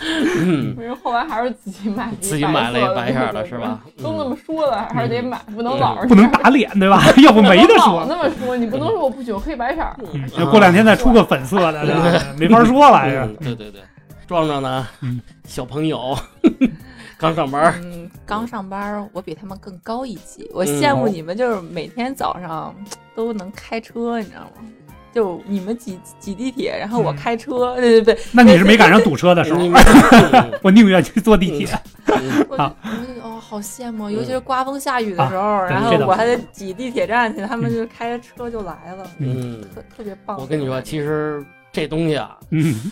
[SPEAKER 1] 嗯，
[SPEAKER 3] 反正后来还是自己买了一
[SPEAKER 1] 自己买了一白色儿的
[SPEAKER 3] 的
[SPEAKER 1] 是吧？
[SPEAKER 3] <laughs> 都那么说了，还是得买，不能
[SPEAKER 1] 嗯
[SPEAKER 3] 老是
[SPEAKER 2] 不能打脸对吧？要不没得
[SPEAKER 3] 不能
[SPEAKER 2] 说。
[SPEAKER 3] 老那么说，你不能说我不喜欢黑白色儿。
[SPEAKER 1] 嗯
[SPEAKER 2] 嗯过两天再出个粉色的，对吧没法说了。
[SPEAKER 1] 嗯对对嗯对，壮壮呢
[SPEAKER 2] 嗯？
[SPEAKER 1] 啊小朋友刚上班儿，
[SPEAKER 4] 嗯，刚上班儿，我比他们更高一级。我
[SPEAKER 2] 嗯
[SPEAKER 4] 羡
[SPEAKER 2] 哦
[SPEAKER 4] 慕你们，就是每天早上都能开车，你知道吗？就你们挤挤地铁，然后我
[SPEAKER 2] 嗯
[SPEAKER 4] 开车，对对对，
[SPEAKER 2] 那你是没赶上堵车的时
[SPEAKER 1] 你
[SPEAKER 2] 候，
[SPEAKER 1] 们嗯
[SPEAKER 2] 我宁愿去坐地铁。
[SPEAKER 1] 嗯
[SPEAKER 4] 我就
[SPEAKER 2] 啊
[SPEAKER 4] 我就哦，好羡慕，尤其是刮风下雨的时候，
[SPEAKER 2] 对
[SPEAKER 4] 然后
[SPEAKER 2] 这倒是嗯
[SPEAKER 4] 我还得挤地铁站去，他们就开着车就来了，
[SPEAKER 1] 嗯，
[SPEAKER 4] 特特别棒。
[SPEAKER 1] 我跟你说，其实这东西啊，
[SPEAKER 2] 嗯，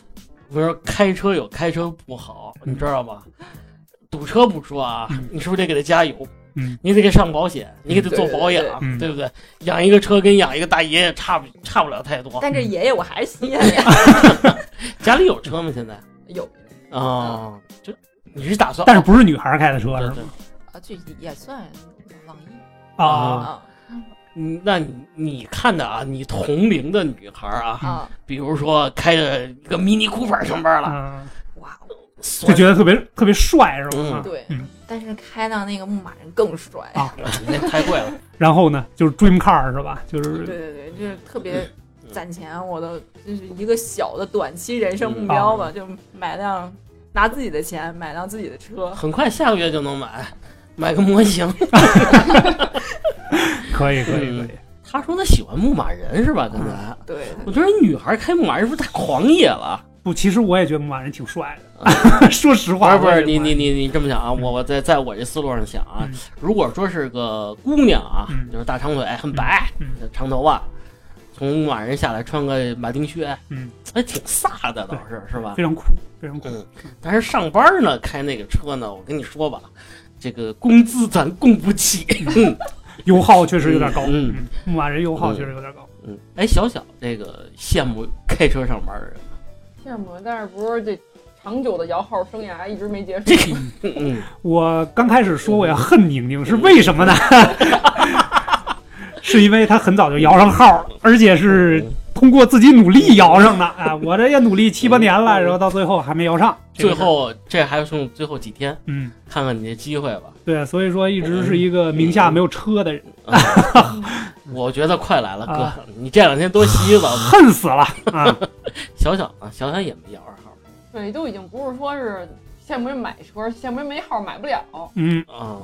[SPEAKER 1] 我说开车有开车不好，你知道吗？堵车不说啊
[SPEAKER 2] 嗯，
[SPEAKER 1] 你是不是得给他加油？
[SPEAKER 2] 嗯，
[SPEAKER 1] 你得给上保险，你给他做保养，
[SPEAKER 2] 嗯
[SPEAKER 1] 对不对？养一个车跟养一个大爷也差不差不了太多。
[SPEAKER 4] <laughs> 但这
[SPEAKER 2] 嗯
[SPEAKER 4] 爷爷我还是稀罕呀，
[SPEAKER 1] 家里有车吗？现在
[SPEAKER 4] 有
[SPEAKER 1] 啊，这你是打算？
[SPEAKER 2] 但是不是女孩开的车
[SPEAKER 1] 对
[SPEAKER 2] 是吗
[SPEAKER 1] 对？
[SPEAKER 4] 啊，这也算网易
[SPEAKER 2] 啊，
[SPEAKER 4] 啊
[SPEAKER 1] 嗯，那你你看的啊，你同龄的女孩儿啊，
[SPEAKER 4] 啊，
[SPEAKER 2] 嗯
[SPEAKER 1] 比如说开着一个 Mini Cooper 上班了，
[SPEAKER 2] 啊，
[SPEAKER 4] 哇，哦
[SPEAKER 2] 就
[SPEAKER 1] 算
[SPEAKER 2] 觉得特别特别帅是吧
[SPEAKER 1] 嗯？
[SPEAKER 4] 对
[SPEAKER 2] 嗯，
[SPEAKER 4] 但是开到那个牧马人更帅
[SPEAKER 2] 啊
[SPEAKER 1] 那太贵了。
[SPEAKER 2] 然后呢，就是 dream car 是吧？就是
[SPEAKER 4] 对对对，就是特别
[SPEAKER 1] 嗯
[SPEAKER 4] 攒钱，我的就是一个小的短期人
[SPEAKER 2] 嗯
[SPEAKER 4] 生目
[SPEAKER 2] 啊
[SPEAKER 4] 标吧，就买辆拿自己的钱买辆自己的车，
[SPEAKER 1] 很快下个月就能买，买个模型。
[SPEAKER 2] 可以可以
[SPEAKER 1] 嗯
[SPEAKER 2] 可以。
[SPEAKER 1] 他说他喜欢牧马人是吧？刚才、
[SPEAKER 4] 对，
[SPEAKER 1] 我觉得女孩开牧马人是不是太狂野了？
[SPEAKER 2] 不，其实我也觉得牧马人挺帅的。 <laughs> 说实
[SPEAKER 1] 不
[SPEAKER 2] 话，
[SPEAKER 1] 是啊不
[SPEAKER 2] 我
[SPEAKER 1] 是，
[SPEAKER 2] 也觉得
[SPEAKER 1] 你
[SPEAKER 2] 牧马
[SPEAKER 1] 你
[SPEAKER 2] 人
[SPEAKER 1] 你你这么想啊？我我在在我这思路上想啊，
[SPEAKER 2] 嗯
[SPEAKER 1] 如果说是个姑娘啊，
[SPEAKER 2] 嗯
[SPEAKER 1] 就是大长腿，很白，
[SPEAKER 2] 嗯
[SPEAKER 1] 长头发，从牧马人下来穿个马丁靴，
[SPEAKER 2] 嗯，
[SPEAKER 1] 还挺飒的，倒是是吧？
[SPEAKER 2] 非常酷，非常酷。
[SPEAKER 1] 嗯，但是上班呢，开那个车呢，我跟你说吧，这个工资咱供不起。
[SPEAKER 2] 油耗确实有点高，
[SPEAKER 1] 嗯，
[SPEAKER 2] 牧马人油耗确实有点高。
[SPEAKER 1] 嗯，哎，小小这个羡慕开车上班的人啊吗，
[SPEAKER 3] 羡慕，但是不是这长久的摇号生涯一直没结束。
[SPEAKER 1] 嗯嗯，
[SPEAKER 2] 我刚开始说我要恨宁宁是为什么呢？ <laughs> 是因为他很早就摇上号了，而且是通过自己努力摇上的啊！我这也努力七八年了，然后到最后还没摇上。这个
[SPEAKER 1] 最
[SPEAKER 2] 事儿，
[SPEAKER 1] 后这还剩最后几天，
[SPEAKER 2] 嗯，
[SPEAKER 1] 看看你这机会吧。
[SPEAKER 2] 对，所以说一直是一个名下没有车的人，
[SPEAKER 1] 我觉得快来了，哥，
[SPEAKER 2] 嗯啊
[SPEAKER 1] 你这两天多洗洗澡。
[SPEAKER 2] 恨死了啊！
[SPEAKER 1] 小小呢，小小也没摇二号
[SPEAKER 3] 对，都已经不是说是羡慕人买车，羡慕人没号买不了。
[SPEAKER 2] 嗯，
[SPEAKER 1] 啊、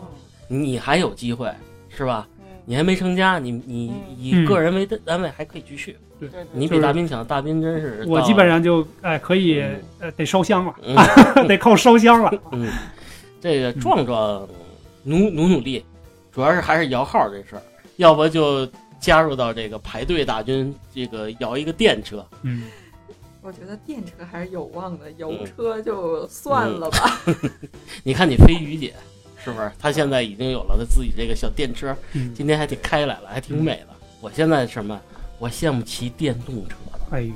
[SPEAKER 1] 你还有机会是吧？
[SPEAKER 3] 嗯，
[SPEAKER 1] 你还没成家，你你
[SPEAKER 3] 嗯
[SPEAKER 1] 以个人为单单位还可以继续。
[SPEAKER 3] 对对，
[SPEAKER 1] 你
[SPEAKER 2] 就
[SPEAKER 1] 比
[SPEAKER 2] 是
[SPEAKER 1] 大兵强，大兵真是
[SPEAKER 2] 我
[SPEAKER 1] 到
[SPEAKER 2] 基本上就哎可以
[SPEAKER 1] 嗯
[SPEAKER 2] 呃得烧香了， <laughs>
[SPEAKER 1] 嗯
[SPEAKER 2] 得靠烧香了。
[SPEAKER 1] 嗯， <laughs> 这个壮壮努努努力，主要是还是摇号这事儿，要不就加入到这个排队大军，这个摇一个电车。
[SPEAKER 2] 嗯，
[SPEAKER 4] 我觉得电车还是有望的，油车就算了吧。
[SPEAKER 1] 你看你飞鱼姐是不是？她现在已经有了她自己这个小电车，
[SPEAKER 2] 嗯
[SPEAKER 1] 今天还挺开来了，还挺美的。我现在什么？我羡慕骑电动车的，
[SPEAKER 2] 哎呦，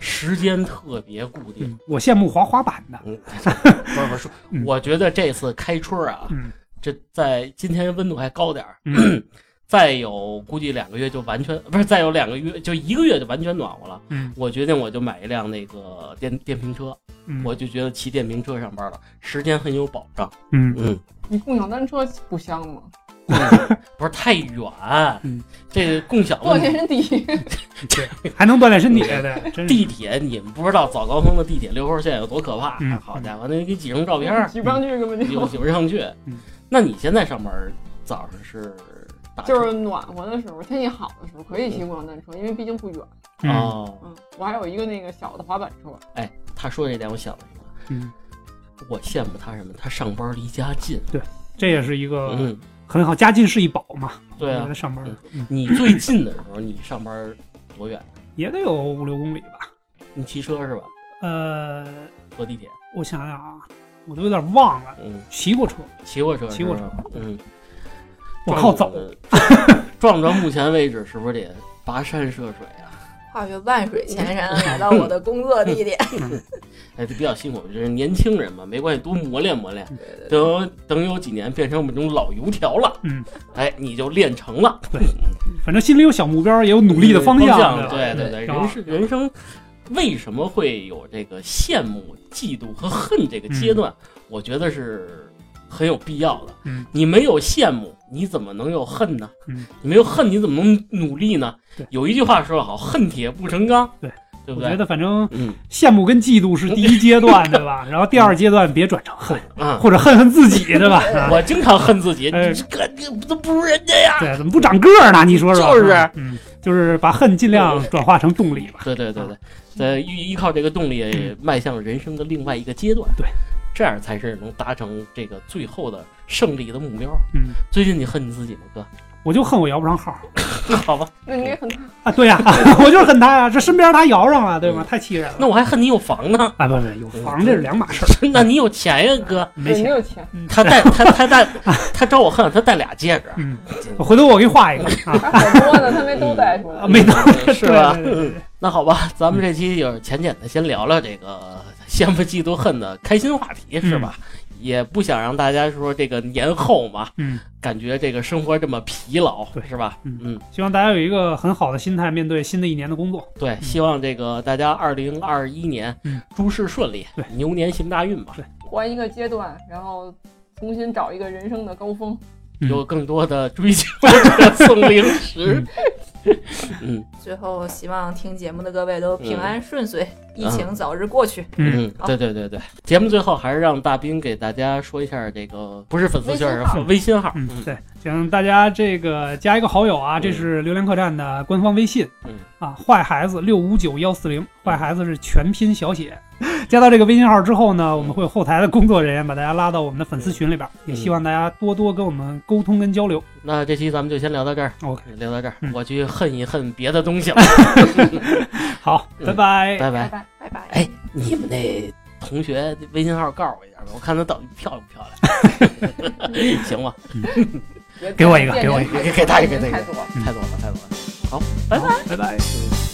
[SPEAKER 1] 时间特别固定。
[SPEAKER 2] 嗯我羡慕滑滑板的。
[SPEAKER 1] 嗯， <laughs> 不是不是，
[SPEAKER 2] 嗯
[SPEAKER 1] 我觉得这次开春儿啊，
[SPEAKER 2] 嗯
[SPEAKER 1] 这在今天温度还高点儿，
[SPEAKER 2] 嗯
[SPEAKER 1] 再有估计两个月就完全不是，再有两个月就一个月就完全暖和了。
[SPEAKER 2] 嗯
[SPEAKER 1] 我决定我就买一辆那个电电瓶车，
[SPEAKER 2] 嗯，
[SPEAKER 1] 我就觉得骑电瓶车上班了，时间很有保障。
[SPEAKER 2] 嗯
[SPEAKER 1] 嗯，
[SPEAKER 3] 你共享单车不香吗？
[SPEAKER 2] <laughs>
[SPEAKER 1] 不是太远，
[SPEAKER 2] 嗯
[SPEAKER 1] 这个共享
[SPEAKER 3] 坐健身体，
[SPEAKER 2] 还能锻炼身
[SPEAKER 1] <laughs>
[SPEAKER 2] 体，对，真是
[SPEAKER 1] 地铁，你们不知道早高峰的地铁六号线有多可怕。
[SPEAKER 2] 嗯
[SPEAKER 1] 好家伙，那给挤成照片儿，
[SPEAKER 3] <laughs> 举不上去根本
[SPEAKER 1] 有
[SPEAKER 3] 就
[SPEAKER 1] 挤不上去
[SPEAKER 2] 嗯。
[SPEAKER 1] 那你现在上班儿早上是打车
[SPEAKER 3] <laughs> 就是暖和的时候，天气好的时候可以骑共享单车，因为毕竟不远。
[SPEAKER 2] 嗯
[SPEAKER 1] 哦，
[SPEAKER 3] 嗯，我还有一个那个小的滑板车，
[SPEAKER 1] 他说这点我想了一下，
[SPEAKER 2] 嗯，
[SPEAKER 1] 我羡慕他什么？他上班离家近。
[SPEAKER 2] 这也是一个
[SPEAKER 1] 嗯，
[SPEAKER 2] 很好，家近是一宝嘛。
[SPEAKER 1] 对啊
[SPEAKER 2] 在，上班
[SPEAKER 1] 你最近的时候你上班儿多远？
[SPEAKER 2] 也得有五六公里吧。
[SPEAKER 1] 你骑车是吧？
[SPEAKER 2] 呃，
[SPEAKER 1] 坐地铁？
[SPEAKER 2] 我想想啊，我都有点忘了，
[SPEAKER 1] 嗯，
[SPEAKER 2] 骑过车，
[SPEAKER 1] 骑过车？
[SPEAKER 2] 骑过
[SPEAKER 1] 车。嗯，
[SPEAKER 2] 我靠走，
[SPEAKER 1] 撞着 <laughs> 目前为止是不是得跋山涉水啊？ <laughs>
[SPEAKER 4] 跨越万水千山来到我的工作地点。
[SPEAKER 1] 哎，这比较辛苦，就是年轻人嘛，没关系，多磨练磨练
[SPEAKER 2] 嗯，
[SPEAKER 1] 等等有几年变成我们这种老油条了，
[SPEAKER 2] 嗯，
[SPEAKER 1] 哎，你就练成了，
[SPEAKER 2] 反正心里有小目标，也有努力的
[SPEAKER 1] 方
[SPEAKER 2] 向，
[SPEAKER 1] 对
[SPEAKER 2] 对
[SPEAKER 1] 对，
[SPEAKER 2] 然后
[SPEAKER 1] 人是人生为什么会有这个羡慕、嫉妒和恨这个阶段？我觉得是很有必要的。
[SPEAKER 2] 嗯，
[SPEAKER 1] 你没有羡慕，你怎么能有恨呢？
[SPEAKER 2] 嗯，
[SPEAKER 1] 你没有恨，你怎么能努力呢？
[SPEAKER 2] 对
[SPEAKER 1] 有一句话说得好，恨铁不成钢。
[SPEAKER 2] 对，
[SPEAKER 1] 对不
[SPEAKER 2] 我
[SPEAKER 1] 对？
[SPEAKER 2] 觉得反正
[SPEAKER 1] 嗯
[SPEAKER 2] 羡慕跟嫉妒是第一阶段，
[SPEAKER 1] <laughs>
[SPEAKER 2] 对吧？然后第二阶段别转成恨，
[SPEAKER 1] 啊，
[SPEAKER 2] 或者恨恨自己，对吧？ <laughs> 啊
[SPEAKER 1] <laughs> 我经常恨自己，
[SPEAKER 2] 哎
[SPEAKER 1] 你这个这都不如人家 <laughs> 呀。
[SPEAKER 2] 对，怎么不长个儿呢？你说说，
[SPEAKER 1] 就是，
[SPEAKER 2] 嗯，就是把恨尽量转化成动力吧。
[SPEAKER 1] 对
[SPEAKER 2] 嗯
[SPEAKER 1] 对对对，在依依靠这个动力迈向人生的另外一个阶段，
[SPEAKER 2] 对，
[SPEAKER 1] 这样才是能达成这个最后的胜利的目标。
[SPEAKER 2] 嗯，
[SPEAKER 1] 最近你恨你自己吗，
[SPEAKER 2] <laughs>
[SPEAKER 1] 哥？
[SPEAKER 2] 我就恨我摇不上号
[SPEAKER 1] 好吧，
[SPEAKER 3] 那你也很
[SPEAKER 2] 啊！对
[SPEAKER 1] <laughs>
[SPEAKER 2] 呀、我就是恨他呀、这身边他摇上了，对吗？太气人了。
[SPEAKER 1] 嗯那我还恨你有房呢， <laughs>
[SPEAKER 2] 啊，不不，有房这是两码事儿，
[SPEAKER 1] 那你有钱呀，哥？
[SPEAKER 2] 没
[SPEAKER 3] 对你
[SPEAKER 2] 钱。
[SPEAKER 3] 有钱，
[SPEAKER 1] 他带他他
[SPEAKER 2] <laughs>
[SPEAKER 1] 带他找我恨，他带俩戒指，
[SPEAKER 2] 嗯，回头我给你画一个
[SPEAKER 1] <laughs>
[SPEAKER 2] 啊
[SPEAKER 3] 还好多呢，他没都带出
[SPEAKER 2] 啊，
[SPEAKER 3] 来。
[SPEAKER 2] 没到
[SPEAKER 1] 嗯是吧？
[SPEAKER 2] 对对对对
[SPEAKER 1] 那好吧，咱们这期就是浅浅的先聊聊这个羡慕嫉妒恨的开心话题，是吧？也不想让大家说这个年后嘛，
[SPEAKER 2] 嗯，
[SPEAKER 1] 感觉这个生活这么疲劳，
[SPEAKER 2] 对
[SPEAKER 1] 是吧？
[SPEAKER 2] 嗯
[SPEAKER 1] 嗯，
[SPEAKER 2] 希望大家有一个很好的心态面对新的一年的工作。
[SPEAKER 1] 对，希望这个大家二零二一年
[SPEAKER 2] 嗯
[SPEAKER 1] 诸事顺利，
[SPEAKER 2] 对
[SPEAKER 1] 牛年行大运吧，
[SPEAKER 3] 换一个阶段，然后重新找一个人生的高峰。
[SPEAKER 2] 嗯
[SPEAKER 1] 有更多的追求者送零食。嗯
[SPEAKER 4] 最后，希望听节目的各位都平安顺遂，疫情早日过去。
[SPEAKER 2] 嗯，
[SPEAKER 1] 嗯，对对对对，节目最后还是让大兵给大家说一下这个不是粉丝
[SPEAKER 3] 微
[SPEAKER 1] 群
[SPEAKER 3] 信
[SPEAKER 1] 儿，
[SPEAKER 3] 号
[SPEAKER 1] 是微信号。
[SPEAKER 2] 嗯，对，请大家这个加一个好友啊，
[SPEAKER 1] 啊嗯
[SPEAKER 2] 这是榴莲客栈的官方微信，
[SPEAKER 1] 嗯
[SPEAKER 2] 啊，坏孩子六五九幺四零，坏孩子是全拼小写。 <laughs> 加到这个微信号之后呢，我们会有后台的工作人员把大家拉到我们的粉丝群里边，也希望大家多多跟我们沟通跟交流。
[SPEAKER 1] 那这期咱们就先聊到这儿
[SPEAKER 2] OK
[SPEAKER 1] 聊到这儿
[SPEAKER 2] 嗯，哎
[SPEAKER 1] 我去恨一恨别的东西了，
[SPEAKER 2] 好，
[SPEAKER 1] 嗯
[SPEAKER 2] 拜
[SPEAKER 1] <laughs>
[SPEAKER 2] 拜。
[SPEAKER 1] 拜
[SPEAKER 3] 拜
[SPEAKER 1] 拜。
[SPEAKER 3] 拜。
[SPEAKER 4] 拜拜。
[SPEAKER 1] 哎，你们那同学微信号告诉我一下吧，我看他到底漂不漂亮，
[SPEAKER 2] <laughs>
[SPEAKER 1] 行吧？
[SPEAKER 3] 别
[SPEAKER 2] 哎给我一个给我一
[SPEAKER 1] 个给他一个给他一个
[SPEAKER 2] 嗯
[SPEAKER 3] 太多了。
[SPEAKER 1] 太多了，太多了。
[SPEAKER 2] 拜拜，拜拜。
[SPEAKER 1] 嗯